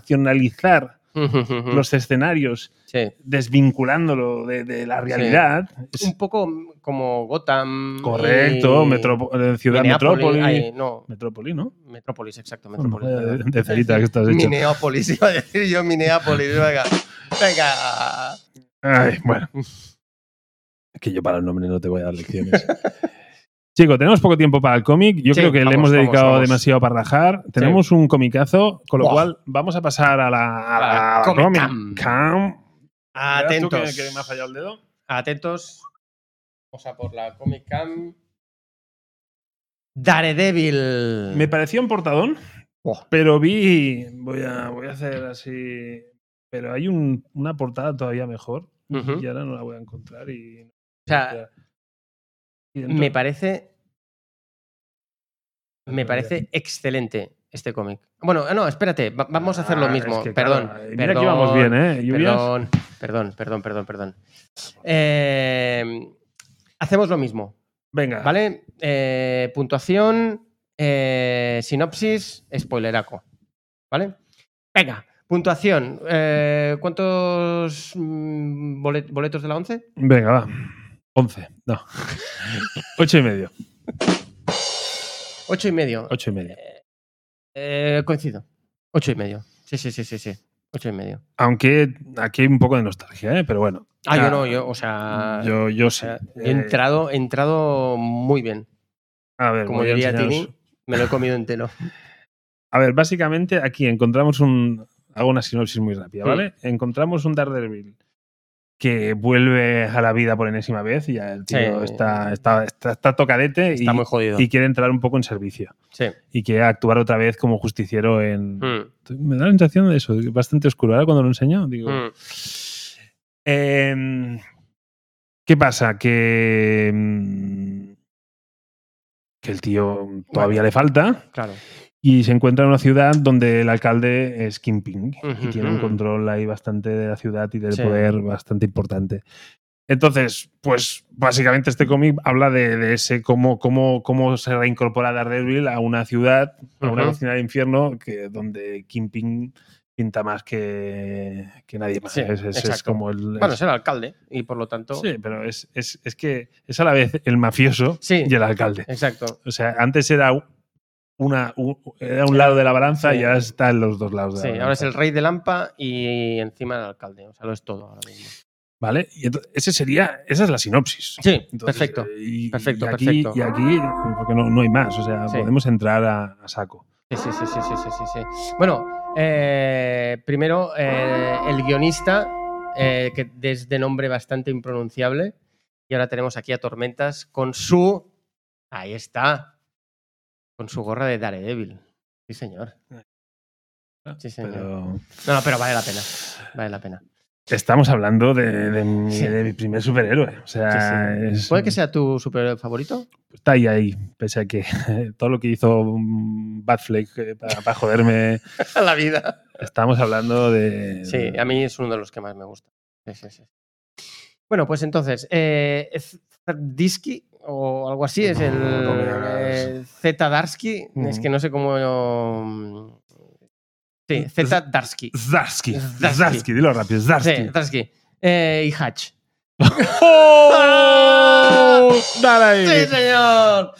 Speaker 1: internacionalizar
Speaker 2: Mm.
Speaker 1: los escenarios,
Speaker 2: Sí.
Speaker 1: desvinculándolo de, de la realidad. Es
Speaker 2: Un poco como Gotham.
Speaker 1: correcto,
Speaker 2: y
Speaker 1: metropo- eh, Ciudad
Speaker 2: Minneapolis,
Speaker 1: Metrópoli.
Speaker 2: ay, no,
Speaker 1: Metrópoli, ¿no?
Speaker 2: Metrópolis, exacto,
Speaker 1: Bueno,
Speaker 2: Metrópolis.
Speaker 1: vaya de,
Speaker 2: perdón.
Speaker 1: de cerita que estás hecho.
Speaker 2: Minneapolis, iba a decir yo Minneapolis, venga. Venga.
Speaker 1: Ay, bueno. Es que yo para el nombre no te voy a dar lecciones. Chico, tenemos poco tiempo para el cómic. Yo
Speaker 2: Sí,
Speaker 1: creo que le
Speaker 2: vamos,
Speaker 1: hemos
Speaker 2: vamos,
Speaker 1: dedicado
Speaker 2: vamos.
Speaker 1: demasiado para rajar. Tenemos un comicazo, con lo
Speaker 2: Buah.
Speaker 1: cual vamos a pasar a la, a la- a la
Speaker 2: Comic
Speaker 1: Comic
Speaker 2: Cam.
Speaker 1: Cam. ¿Verás tú que-
Speaker 2: Atentos.
Speaker 1: que me ha fallado el dedo?
Speaker 2: Atentos. Vamos a por la Comic Cam. Daredevil.
Speaker 1: Me pareció un portadón,
Speaker 2: Buah.
Speaker 1: pero vi. Voy a, voy a hacer así. Pero hay un- una portada todavía mejor
Speaker 2: Ujú.
Speaker 1: y ahora no la voy a encontrar. Y,
Speaker 2: O sea,
Speaker 1: y dentro-
Speaker 2: me parece. Me parece excelente este cómic. Bueno, ah, no, espérate, va- vamos a hacer lo
Speaker 1: Ah,
Speaker 2: mismo.
Speaker 1: es que,
Speaker 2: perdón.
Speaker 1: claro,
Speaker 2: perdón.
Speaker 1: mira que íbamos bien, ¿eh? Lluvias.
Speaker 2: Perdón, perdón, perdón, perdón, perdón. Eh, hacemos lo mismo,
Speaker 1: Venga.
Speaker 2: ¿vale? Eh, puntuación, eh, sinopsis, spoileraco, ¿vale? Venga, puntuación. eh, ¿Cuántos mm, bolet- boletos de la 11?
Speaker 1: Venga, va. 11. No. 8 y medio.
Speaker 2: Ocho y medio.
Speaker 1: Ocho y medio.
Speaker 2: Eh, coincido. Ocho y medio. Sí, sí, sí, sí, sí. Ocho y medio.
Speaker 1: Aunque aquí hay un poco de nostalgia, ¿eh? pero bueno.
Speaker 2: Ah,
Speaker 1: Ya,
Speaker 2: yo no, yo, o sea,
Speaker 1: Yo, yo
Speaker 2: o
Speaker 1: sí.
Speaker 2: sea, he
Speaker 1: Eh,
Speaker 2: entrado, he entrado muy bien.
Speaker 1: a ver,
Speaker 2: Como
Speaker 1: voy a
Speaker 2: diría
Speaker 1: enseñaros-
Speaker 2: Tini, me lo he comido entero.
Speaker 1: A ver, básicamente aquí encontramos un. Hago una sinopsis muy rápida, ¿vale? Encontramos un Daredevil que vuelve a la vida por enésima vez y ya el tío
Speaker 2: Sí.
Speaker 1: está, está, está, está tocadete
Speaker 2: Está
Speaker 1: y,
Speaker 2: muy jodido.
Speaker 1: y quiere entrar un poco en servicio
Speaker 2: sí.
Speaker 1: y quiere actuar otra vez como justiciero en.
Speaker 2: Mm,
Speaker 1: Me da la sensación de eso, de bastante oscuro. Ahora cuando lo enseño, digo.
Speaker 2: mm.
Speaker 1: Em, ¿Qué pasa? Que. mm, Que el tío todavía le falta
Speaker 2: Claro.
Speaker 1: y se encuentra en una ciudad donde el alcalde es Kim Ping y
Speaker 2: Ujú,
Speaker 1: tiene un
Speaker 2: ujú.
Speaker 1: control ahí bastante de la ciudad y del
Speaker 2: Sí.
Speaker 1: poder bastante importante. Entonces, pues básicamente este cómic habla de, de ese cómo, cómo, cómo se reincorpora Daredevil a una ciudad, a una
Speaker 2: Ujú.
Speaker 1: cocina del infierno, que, donde Kim Ping pinta más que, que nadie más.
Speaker 2: Sí,
Speaker 1: es, es- es
Speaker 2: exacto.
Speaker 1: como el.
Speaker 2: Bueno,
Speaker 1: es-
Speaker 2: es el alcalde y por lo tanto.
Speaker 1: sí, pero es, es- es que es a la vez el mafioso
Speaker 2: Sí.
Speaker 1: y el alcalde.
Speaker 2: Exacto.
Speaker 1: O sea, antes era u- una, u- era un lado de la balanza
Speaker 2: Sí.
Speaker 1: y ahora está en los dos lados. De
Speaker 2: Sí,
Speaker 1: la
Speaker 2: ahora es
Speaker 1: balanza.
Speaker 2: el rey de Lampa y encima el alcalde. O sea, lo es todo ahora mismo.
Speaker 1: ¿Vale? Y ento- ese sería, esa es la sinopsis.
Speaker 2: Sí,
Speaker 1: Entonces,
Speaker 2: perfecto.
Speaker 1: eh, y-
Speaker 2: perfecto,
Speaker 1: y aquí,
Speaker 2: perfecto.
Speaker 1: Y aquí, porque no, no hay más, o sea,
Speaker 2: Sí.
Speaker 1: podemos entrar a, a saco.
Speaker 2: Sí, sí, sí, sí, sí, sí, sí, sí. Bueno, eh, primero eh, el guionista, eh, que es de nombre bastante impronunciable. Y ahora tenemos aquí a Tormentas con su. Ahí está. Con su gorra de Daredevil. Sí, señor. Sí, señor.
Speaker 1: Ah, Pero
Speaker 2: No, no, pero vale la pena. Vale la pena.
Speaker 1: estamos hablando de, de mi,
Speaker 2: Sí.
Speaker 1: de mi primer superhéroe. O sea,
Speaker 2: Sí, sí.
Speaker 1: es-
Speaker 2: ¿Puede que sea tu superhéroe favorito?
Speaker 1: está ahí, ahí, pese a que todo lo que hizo mm, Batfleck eh, para, para joderme,
Speaker 2: la vida.
Speaker 1: estamos hablando de...
Speaker 2: Sí, a mí es uno de los que más me gusta. Sí, sí, sí. Bueno, pues entonces, eh, Z- Zardiski o algo así es el
Speaker 1: No me hagas.
Speaker 2: eh, Z Darsky. Es
Speaker 1: Ujú.
Speaker 2: que no sé cómo. Sí,
Speaker 1: Pues
Speaker 2: Z Darsky.
Speaker 1: Zarsky,
Speaker 2: Zdarsky.
Speaker 1: Zarsky, dilo rápido, Zarsky.
Speaker 2: Sí, Darsky. Eh, y Hatch.
Speaker 1: ¡Oh!
Speaker 2: ¡Ah!
Speaker 1: Dale ahí.
Speaker 2: ¡Sí, señor!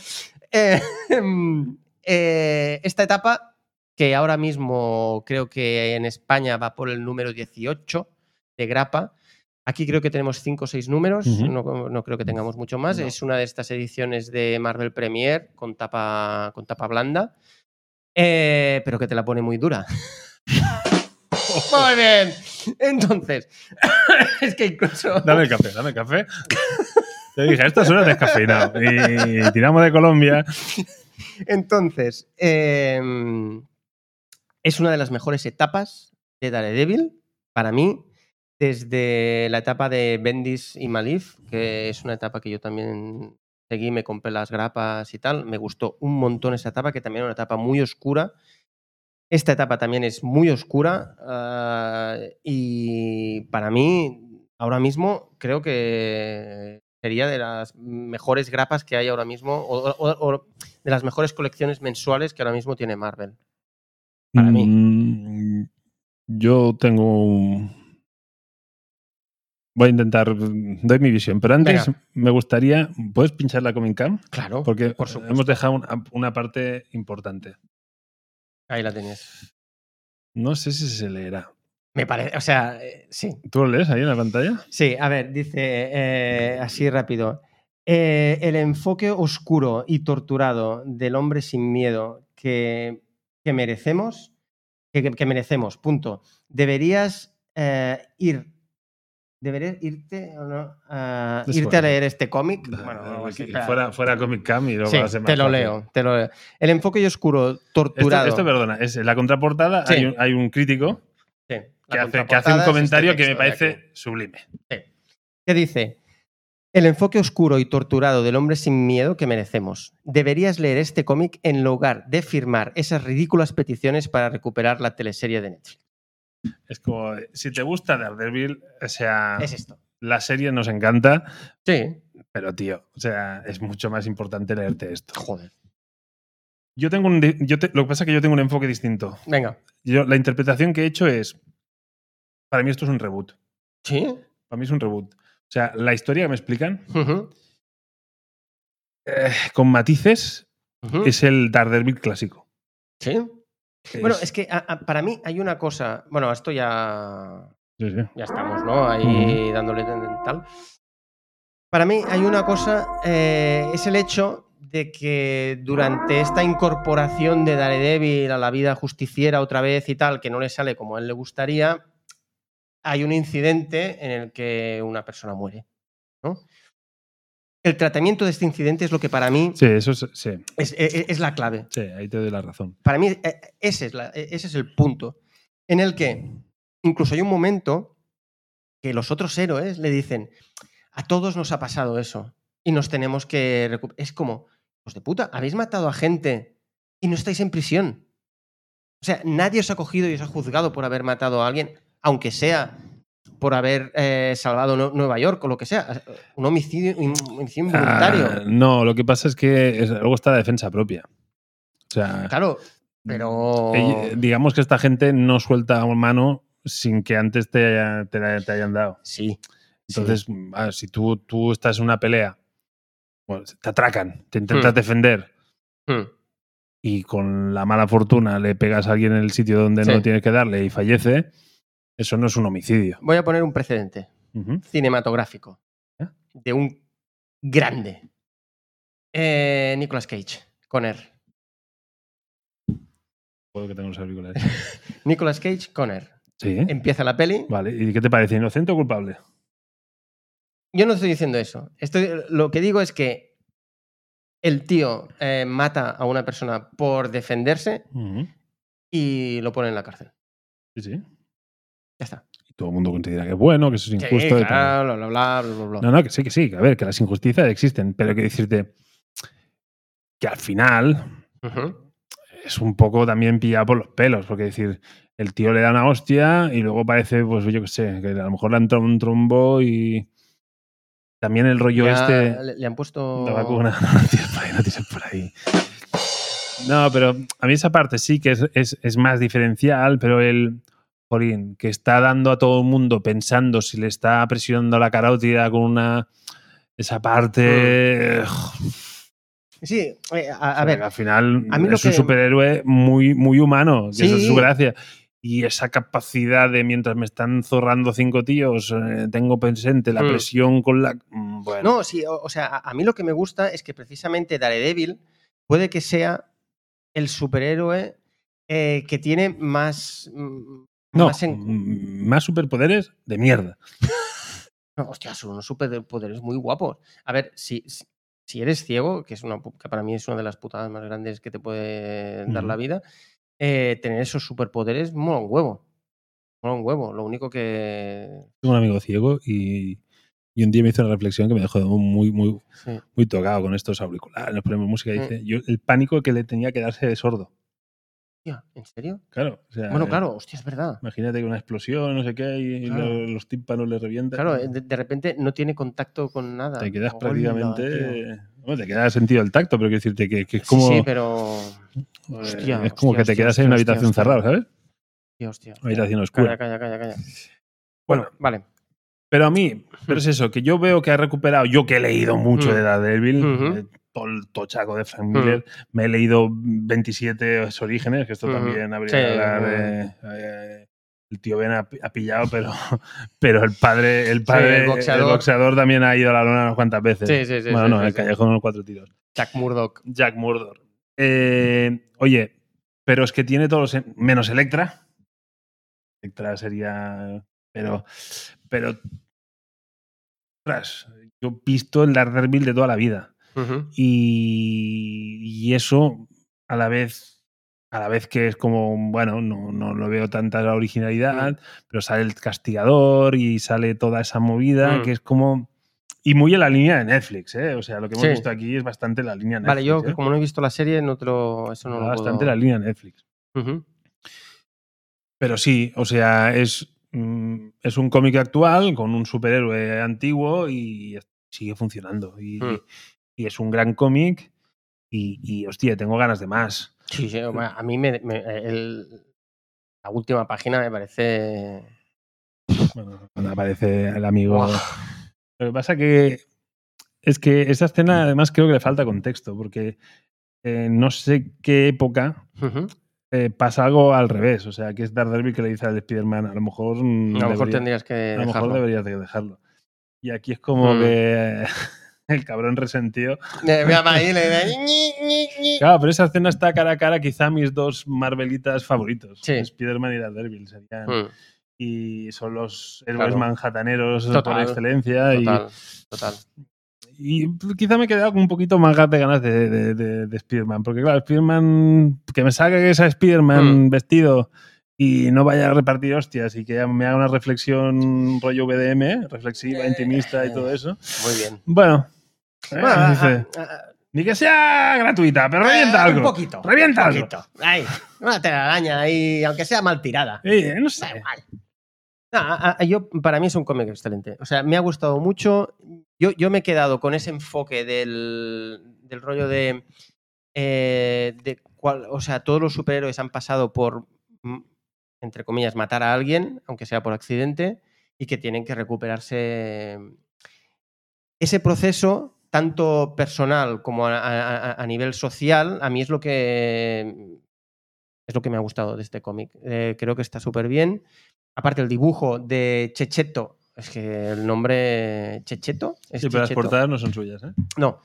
Speaker 2: Eh, eh, esta etapa, que ahora mismo creo que en España va por el número 18 de grapa. Aquí creo que tenemos 5 o 6 números,
Speaker 1: Ujú.
Speaker 2: no, no creo que tengamos mucho más.
Speaker 1: No.
Speaker 2: Es una de estas ediciones de Marvel Premier con tapa, con tapa blanda, eh, pero que te la pone muy dura. muy bien. Entonces, es que incluso...
Speaker 1: Dame el café, dame el café. Te dije, esto suena descafeinado. Y tiramos de Colombia.
Speaker 2: Entonces, eh, es una de las mejores etapas de Daredevil para mí, desde la etapa de Bendis y Malif, que es una etapa que yo también seguí, me compré las grapas y tal. Me gustó un montón esa etapa, que también era una etapa muy oscura. Esta etapa también es muy oscura ah, y para mí, ahora mismo, creo que sería de las mejores grapas que hay ahora mismo, o- o- o de las mejores colecciones mensuales que ahora mismo tiene Marvel. Para
Speaker 1: Mm,
Speaker 2: mí.
Speaker 1: mí. Yo tengo un. Voy a intentar. Doy mi visión. Pero antes
Speaker 2: Venga.
Speaker 1: me gustaría. ¿Puedes pinchar la Comic Cam?
Speaker 2: Claro,
Speaker 1: Porque
Speaker 2: por supuesto.
Speaker 1: hemos dejado una, una parte importante.
Speaker 2: Ahí la tenías.
Speaker 1: No sé si se leerá.
Speaker 2: Me parece, o sea, eh, sí.
Speaker 1: ¿Tú lo lees ahí en la pantalla?
Speaker 2: Sí, a ver, dice eh, así rápido. Eh, el enfoque oscuro y torturado del hombre sin miedo que, que merecemos, que, que- que merecemos, punto. Deberías eh, ir. Deberías irte o no, Ah,
Speaker 1: Es
Speaker 2: irte a
Speaker 1: bueno.
Speaker 2: leer este cómic. Bueno, algo así, espera.
Speaker 1: eh, fuera, fuera Comic Cam y luego
Speaker 2: Sí,
Speaker 1: va a ser más
Speaker 2: te lo
Speaker 1: fácil.
Speaker 2: leo, te lo leo. El enfoque oscuro,
Speaker 1: Esto,
Speaker 2: torturado.
Speaker 1: esto, perdona, es en la contraportada
Speaker 2: Sí.
Speaker 1: hay, un, hay un crítico
Speaker 2: Sí, la
Speaker 1: que hace, que hace
Speaker 2: contraportada
Speaker 1: un
Speaker 2: es este
Speaker 1: comentario que me
Speaker 2: texto de aquí.
Speaker 1: parece sublime.
Speaker 2: que dice, el enfoque oscuro y torturado del hombre sin miedo que merecemos. Deberías leer este cómic en lugar de firmar esas ridículas peticiones para recuperar la teleserie de Netflix.
Speaker 1: Es como, eh, si te gusta Daredevil, o sea,
Speaker 2: Es esto.
Speaker 1: la serie nos encanta,
Speaker 2: Sí.
Speaker 1: pero tío, o sea, es mucho más importante leerte esto.
Speaker 2: Joder.
Speaker 1: Yo tengo un, di- yo te- lo que pasa es que yo tengo un enfoque distinto.
Speaker 2: Venga.
Speaker 1: Yo, la interpretación que he hecho es, para mí esto es un reboot.
Speaker 2: Sí.
Speaker 1: Para mí es un reboot. O sea, la historia que me explican,
Speaker 2: Ujú.
Speaker 1: eh, con matices,
Speaker 2: Ujú.
Speaker 1: es el Daredevil clásico.
Speaker 2: Sí. Bueno,
Speaker 1: Es-
Speaker 2: es que a- a- para mí hay una cosa. Bueno, esto ya.
Speaker 1: sí, sí.
Speaker 2: ya estamos, ¿no? Ahí dándole ten- ten- tal. Para mí hay una cosa, eh, es el hecho de que durante esta incorporación de Daredevil a la vida justiciera otra vez y tal, que no le sale como a él le gustaría, hay un incidente en el que una persona muere, ¿no? El tratamiento de este incidente es lo que para mí
Speaker 1: Sí, eso es, sí,
Speaker 2: es- es- es la clave
Speaker 1: sí, ahí te doy la razón.
Speaker 2: para mí eh, ese es, la- ese es el punto en el que incluso hay un momento que los otros héroes le dicen, a todos nos ha pasado eso y nos tenemos que recuperar. Es como, pues de puta, habéis matado a gente y no estáis en prisión. O sea, nadie os ha cogido y os ha juzgado por haber matado a alguien, aunque sea por haber eh, salvado Nue- Nueva York o lo que sea. eh, Un homicidio, un homicidio involuntario.
Speaker 1: Ah, no, lo que pasa es que es- luego está la defensa propia. O sea,
Speaker 2: claro, pero...
Speaker 1: ell- digamos que esta gente no suelta mano sin que antes te, te la- te hayan dado.
Speaker 2: Sí.
Speaker 1: Entonces, ah, si tú, tú estás en una pelea, bueno, te atracan, te intentas
Speaker 2: Hmm.
Speaker 1: defender
Speaker 2: Hmm.
Speaker 1: y con la mala fortuna le pegas a alguien en el sitio donde
Speaker 2: Sí.
Speaker 1: no tienes que darle y fallece, eso no es un homicidio.
Speaker 2: Voy a poner un precedente
Speaker 1: Ujú.
Speaker 2: cinematográfico
Speaker 1: ¿Eh?
Speaker 2: de un grande. Eh, Nicolas Cage, Conner.
Speaker 1: Puedo que tenga unos auriculares.
Speaker 2: Nicolas Cage, Conner.
Speaker 1: Sí.
Speaker 2: Empieza la peli.
Speaker 1: Vale, ¿y qué te parece? ¿Inocente o culpable?
Speaker 2: Yo no estoy diciendo eso. Estoy- lo que digo es que el tío eh, mata a una persona por defenderse
Speaker 1: Ujú.
Speaker 2: y lo pone en la cárcel.
Speaker 1: Sí, sí.
Speaker 2: Ya está.
Speaker 1: Y todo el mundo considera que es bueno, que eso es
Speaker 2: Sí,
Speaker 1: injusto. y tal.
Speaker 2: claro, bla, bla, bla, bla, bla.
Speaker 1: No, no, que sí, que sí. que A ver, que las injusticias existen, pero que decirte que al final
Speaker 2: Ujú.
Speaker 1: es un poco también pillado por los pelos, porque decir, el tío le da una hostia y luego parece, pues yo qué sé, que a lo mejor le han entrado un trombo y también el rollo
Speaker 2: Ya
Speaker 1: este...
Speaker 2: le, le han puesto...
Speaker 1: La vacuna, no, no tires por ahí, no tires por ahí. No, pero a mí esa parte sí que es, es- es más diferencial, pero el Jorín, que está dando a todo el mundo pensando si le está presionando la carótida con una. Esa parte.
Speaker 2: Sí, eh,
Speaker 1: o
Speaker 2: Mm. a, a
Speaker 1: sea,
Speaker 2: ver,
Speaker 1: que al final
Speaker 2: a mí lo
Speaker 1: es un
Speaker 2: que-
Speaker 1: superhéroe muy, muy humano, que esa es su
Speaker 2: Sí.
Speaker 1: gracia. Y esa capacidad de mientras me están zorrando cinco tíos, eh, tengo presente la
Speaker 2: Mm.
Speaker 1: presión con la. mm, Bueno.
Speaker 2: No, sí, o, o sea, a, a mí lo que me gusta es que precisamente Daredevil puede que sea el superhéroe eh, que tiene más. mm,
Speaker 1: No,
Speaker 2: más en-
Speaker 1: mm, más superpoderes de mierda.
Speaker 2: no, hostia, son unos superpoderes muy guapos. A ver, si, si- si eres ciego, que, es una, pu- que para mí es una de las putadas más grandes que te puede dar la
Speaker 1: Ujú.
Speaker 2: vida, eh, tener esos superpoderes mola un huevo. Mola un huevo. Lo único que.
Speaker 1: Tengo un amigo ciego y, y un día me hizo una reflexión que me dejó muy, muy,
Speaker 2: sí.
Speaker 1: muy tocado con estos auriculares. Nos ponemos música y
Speaker 2: Mm.
Speaker 1: dice, yo, el pánico que le tenía que darse de sordo.
Speaker 2: Hostia, ¿En serio?
Speaker 1: Claro. o sea,
Speaker 2: Bueno, claro, hostia, es verdad.
Speaker 1: Imagínate que una explosión, no sé qué, y
Speaker 2: Claro.
Speaker 1: lo- los tímpanos le revientan.
Speaker 2: Claro, eh, de, de repente no tiene contacto con nada.
Speaker 1: Te quedas
Speaker 2: Hola, tío.
Speaker 1: prácticamente. Bueno, te queda sentido el tacto, pero quiero decirte que, que es
Speaker 2: Sí,
Speaker 1: como.
Speaker 2: Sí, pero.
Speaker 1: eh,
Speaker 2: hostia,
Speaker 1: es como
Speaker 2: hostia,
Speaker 1: que te
Speaker 2: hostia,
Speaker 1: quedas en una
Speaker 2: hostia,
Speaker 1: habitación
Speaker 2: hostia.
Speaker 1: cerrada, ¿sabes?
Speaker 2: Hostia, hostia.
Speaker 1: Una
Speaker 2: hostia.
Speaker 1: habitación oscura.
Speaker 2: Calla, calla, calla, calla.
Speaker 1: Bueno,
Speaker 2: Vale.
Speaker 1: Pero a mí, pero es eso, que yo veo que ha recuperado, yo que he leído mucho
Speaker 2: Mm.
Speaker 1: de Daredevil,
Speaker 2: Ujú. Mm.
Speaker 1: de todo el tochaco de Frank Miller, me he leído 27 orígenes, que esto
Speaker 2: Ujú.
Speaker 1: también habría
Speaker 2: Sí,
Speaker 1: que hablar de... eh, el tío Ben ha, ha pillado, pero, pero el padre, el padre,
Speaker 2: el
Speaker 1: el, boxeador.
Speaker 2: boxeador.
Speaker 1: también ha ido a la lona unas cuantas veces.
Speaker 2: Sí, sí, sí.
Speaker 1: bueno,
Speaker 2: sí,
Speaker 1: no, eh,
Speaker 2: sí,
Speaker 1: en el
Speaker 2: sí.
Speaker 1: callejón de los cuatro tiros.
Speaker 2: Jack Murdoch.
Speaker 1: Jack Mordor. Eh, oye, pero es que tiene todos los. e, Menos Electra. Electra sería. Pero. Pero. Ostras, yo he visto el Daredevil de toda la vida.
Speaker 2: Ujú.
Speaker 1: Y, y eso, a la vez. A la vez que es como, bueno, no, no, no veo tanta la
Speaker 2: Mm.
Speaker 1: originalidad, pero sale el castigador y sale toda esa movida
Speaker 2: Mm.
Speaker 1: que es como. Y muy en la línea de Netflix, ¿eh? O sea, lo que hemos
Speaker 2: Sí.
Speaker 1: visto aquí es bastante la línea Netflix.
Speaker 2: Vale, yo
Speaker 1: ¿eh?
Speaker 2: que como no he visto la serie, no te lo. Eso no
Speaker 1: Va
Speaker 2: lo puedo.
Speaker 1: bastante la línea Netflix.
Speaker 2: Ujú.
Speaker 1: Pero sí, o sea, es, mm, es un cómic actual con un superhéroe antiguo y sigue funcionando. Y,
Speaker 2: Mm.
Speaker 1: y es un gran cómic y, y, hostia, tengo ganas de más.
Speaker 2: Sí, sí, hombre, a mí me. me- el- la última página me parece.
Speaker 1: Bueno, cuando aparece el amigo.
Speaker 2: Buah.
Speaker 1: Hmm. Lo que pasa que es que esa escena además creo que le falta contexto porque eh, no sé qué época,
Speaker 2: Ujú.
Speaker 1: eh, pasa algo al revés. O sea, que es Daredevil que le dice al Spider-Man, a lo mejor, mm,
Speaker 2: A lo mejor
Speaker 1: debería-
Speaker 2: tendrías que
Speaker 1: a lo mejor
Speaker 2: dejarlo.
Speaker 1: deberías de dejarlo. Y aquí es como
Speaker 2: Mm.
Speaker 1: que el cabrón resentido.
Speaker 2: Eh, ve a Maí, le da ñi, ñi, ñi.
Speaker 1: Claro, pero esa escena está cara a cara quizá a mis dos Marvelitas favoritos,
Speaker 2: Sí.
Speaker 1: Spider-Man y Daredevil. Serían,
Speaker 2: Mm,
Speaker 1: Y son los héroes
Speaker 2: Claro.
Speaker 1: manhattaneros por
Speaker 2: Total,
Speaker 1: excelencia. y-
Speaker 2: Total, total.
Speaker 1: Y, quizá me he quedado con un poquito más de ganas de, de, de, de Spider-Man. Porque claro, Spider-Man, que me saque que sea Spider-Man
Speaker 2: Mm.
Speaker 1: vestido y no vaya a repartir hostias y que me haga una reflexión rollo BDM, reflexiva,
Speaker 2: Eh,
Speaker 1: intimista y
Speaker 2: eh.
Speaker 1: todo eso.
Speaker 2: Muy bien.
Speaker 1: Bueno. eh,
Speaker 2: Bueno, ah,
Speaker 1: dice,
Speaker 2: ah, ah,
Speaker 1: Ni que sea gratuita, pero revienta
Speaker 2: eh,
Speaker 1: algo.
Speaker 2: Un poquito.
Speaker 1: Revienta
Speaker 2: un
Speaker 1: algo.
Speaker 2: poquito. Ahí, una telaraña ahí, aunque sea mal tirada.
Speaker 1: Eh, no
Speaker 2: Da
Speaker 1: sé.
Speaker 2: igual. No, a- a- yo, para mí es un cómic excelente. O sea, me ha gustado mucho. Yo, yo me he quedado con ese enfoque del, del rollo de, eh, de cual- o sea, todos los superhéroes han pasado por, mm, entre comillas, matar a alguien, aunque sea por accidente, y que tienen que recuperarse. mm, Ese proceso, tanto personal como a, a- a- a nivel social, a mí es lo que mm, es lo que me ha gustado de este cómic. Eh, creo que está súper bien. Aparte, el dibujo de Checheto. Es que el nombre Checheto. ¿Es
Speaker 1: Sí, pero las
Speaker 2: Checheto?
Speaker 1: portadas no son suyas, ¿eh?
Speaker 2: No.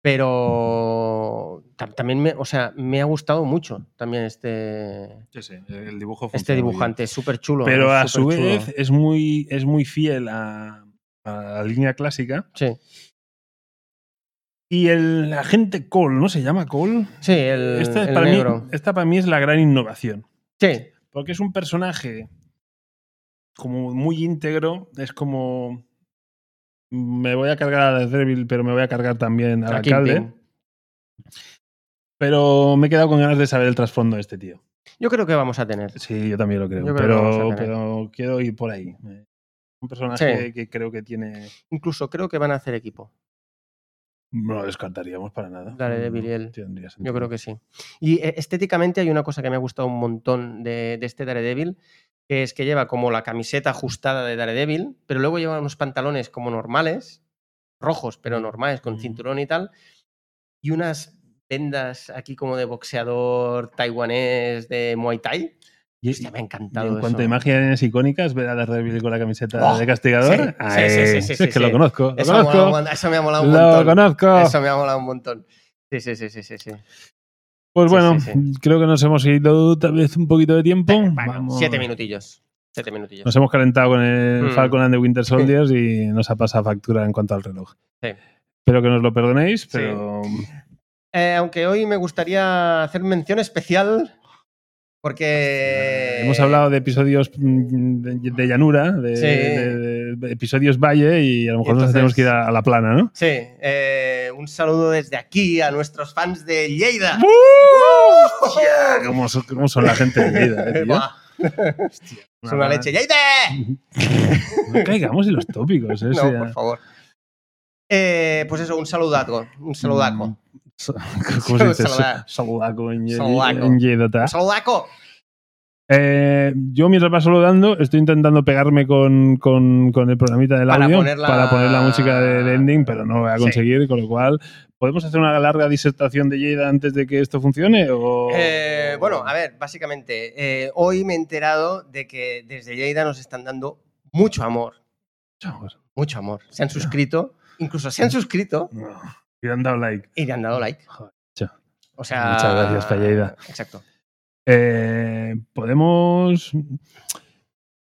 Speaker 2: Pero tam- también me, o sea, me ha gustado mucho también este,
Speaker 1: Sí, sí, el dibujo
Speaker 2: este dibujante, súper chulo.
Speaker 1: Pero a su vez es muy, es muy fiel a, a la línea clásica.
Speaker 2: Sí,
Speaker 1: Y el agente Cole, ¿no se llama Cole?
Speaker 2: sí, el,
Speaker 1: esta, es
Speaker 2: el
Speaker 1: para
Speaker 2: negro.
Speaker 1: Mí, esta para mí es la gran innovación.
Speaker 2: Sí,
Speaker 1: Porque es un personaje como muy íntegro. Es como. Me voy a cargar a Daredevil, pero me voy a cargar también al
Speaker 2: a
Speaker 1: alcalde.
Speaker 2: Kingpin.
Speaker 1: Pero me he quedado con ganas de saber el trasfondo de este tío.
Speaker 2: Yo creo que vamos a tener.
Speaker 1: Sí, yo también lo creo.
Speaker 2: Yo creo que lo
Speaker 1: pero,
Speaker 2: vamos a ¿eh? tener.
Speaker 1: pero quiero ir por ahí. Eh, Un personaje que creo que tiene.
Speaker 2: Incluso creo que van a hacer equipo.
Speaker 1: No lo descartaríamos para nada.
Speaker 2: Daredevil y él.
Speaker 1: Tendría
Speaker 2: Yo
Speaker 1: sentido.
Speaker 2: creo que sí. Y eh, estéticamente hay una cosa que me ha gustado un montón de, de este Daredevil, que es que lleva como la camiseta ajustada de Daredevil, pero luego lleva unos pantalones como normales, rojos, pero normales, con
Speaker 1: Ujú.
Speaker 2: cinturón y tal, y unas vendas aquí como de boxeador taiwanés de Muay Thai.
Speaker 1: Y-
Speaker 2: Hostia, me ha
Speaker 1: Y
Speaker 2: encantado
Speaker 1: en cuanto a
Speaker 2: eso.
Speaker 1: imágenes icónicas, ver a Daredevil con la camiseta
Speaker 2: Oh,
Speaker 1: de castigador.
Speaker 2: sí, sí,
Speaker 1: Ay,
Speaker 2: sí, sí, sí,
Speaker 1: es
Speaker 2: sí,
Speaker 1: que
Speaker 2: sí.
Speaker 1: lo conozco. Lo
Speaker 2: Eso, me ha molado un
Speaker 1: conozco.
Speaker 2: mon- eso me ha molado un
Speaker 1: Lo
Speaker 2: montón.
Speaker 1: conozco.
Speaker 2: Eso me ha molado un montón. Sí, sí, sí, sí, sí. sí.
Speaker 1: Pues
Speaker 2: sí,
Speaker 1: bueno,
Speaker 2: sí, sí.
Speaker 1: creo que nos hemos ido tal vez un poquito de tiempo.
Speaker 2: Bueno,
Speaker 1: Vamos.
Speaker 2: siete minutillos. Siete minutillos.
Speaker 1: Nos hemos calentado con el
Speaker 2: Mm.
Speaker 1: Falcon and the Winter Soldiers y nos ha pasado factura en cuanto al reloj.
Speaker 2: Sí.
Speaker 1: Espero que nos lo perdonéis, pero
Speaker 2: Eh, aunque hoy me gustaría hacer mención especial porque...
Speaker 1: eh, hemos hablado de episodios mm, de, de llanura, de,
Speaker 2: Sí.
Speaker 1: de- de- de episodios valle y a lo mejor nos
Speaker 2: Entonces-
Speaker 1: tenemos que ir a, a la plana, ¿no?
Speaker 2: Sí, eh, un saludo desde aquí a nuestros fans de Lleida.
Speaker 1: Hostia, ¿Cómo, son- cómo son la gente de Lleida, eh, tío?
Speaker 2: Buah, es una leche. ¡Lleida!
Speaker 1: No caigamos en los tópicos, eh, o
Speaker 2: No,
Speaker 1: sea,
Speaker 2: por favor. Eh, pues eso, un saludaco. Un
Speaker 1: Mm,
Speaker 2: saludaco.
Speaker 1: sa- ¿Cómo se dice?
Speaker 2: Saludar.
Speaker 1: Saludaco en Lle-
Speaker 2: Saludaco.
Speaker 1: en Lleida, ta.
Speaker 2: Un saludaco.
Speaker 1: Eh, yo mientras va saludando, estoy intentando pegarme con, con- con el programita del
Speaker 2: Para
Speaker 1: audio
Speaker 2: poner la-
Speaker 1: para poner la música de, de ending, pero no voy a
Speaker 2: Sí.
Speaker 1: conseguir, con lo cual, ¿podemos hacer una larga disertación de Lleida antes de que esto funcione? O...
Speaker 2: Eh, bueno, a ver, básicamente, eh, hoy me he enterado de que desde Lleida nos están dando mucho amor.
Speaker 1: Chavos,
Speaker 2: Mucho amor. Se han suscrito. Incluso se han suscrito
Speaker 1: no. Y han dado like.
Speaker 2: y le han dado like.
Speaker 1: Joder, macho.
Speaker 2: O sea,
Speaker 1: Muchas gracias, Falleida.
Speaker 2: Exacto.
Speaker 1: Eh, podemos.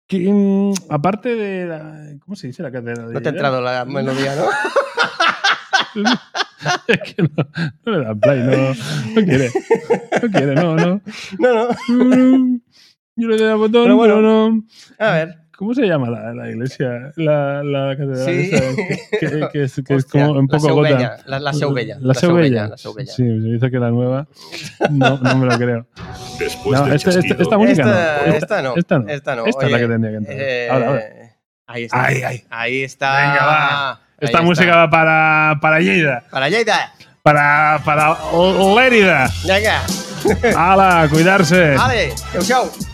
Speaker 1: que, mm, aparte de la. ¿Cómo se dice la catedral? de
Speaker 2: No te ha
Speaker 1: Lleida?
Speaker 2: entrado la melodía, ¿no?
Speaker 1: Es que no, no le da play, no, no quiere. No quiere, no, no.
Speaker 2: No, no.
Speaker 1: Mm, Yo le doy al botón,
Speaker 2: Pero
Speaker 1: pero,
Speaker 2: bueno.
Speaker 1: no.
Speaker 2: A ver.
Speaker 1: ¿Cómo se llama la, la iglesia? La, la catedral.
Speaker 2: Sí.
Speaker 1: esa que, que- que es, que es
Speaker 2: Hostia,
Speaker 1: como un poco
Speaker 2: la
Speaker 1: gota.
Speaker 2: Seubella, La, la Seubella.
Speaker 1: La Seubella.
Speaker 2: La Seubella.
Speaker 1: Sí, se dice que la nueva. No, no me lo creo.
Speaker 4: Después
Speaker 1: No,
Speaker 4: del
Speaker 1: este- este-
Speaker 4: chasquido,
Speaker 1: esta música
Speaker 2: Esta,
Speaker 1: no.
Speaker 2: esta no.
Speaker 1: Esta no.
Speaker 2: Esta no.
Speaker 1: Esta es la
Speaker 2: Oye,
Speaker 1: que tendría que entrar.
Speaker 2: eh,
Speaker 1: ahora, ahora.
Speaker 2: Ahí está.
Speaker 1: Ahí, ahí.
Speaker 2: está.
Speaker 1: Venga, va.
Speaker 2: Ah, Ahí
Speaker 1: Esta
Speaker 2: está.
Speaker 1: música va para, para Lleida,
Speaker 2: Para Lleida.
Speaker 1: para, para Lérida.
Speaker 2: Venga.
Speaker 1: ¡Hala! Cuidarse.
Speaker 2: Ah, Vale. Chau, chau.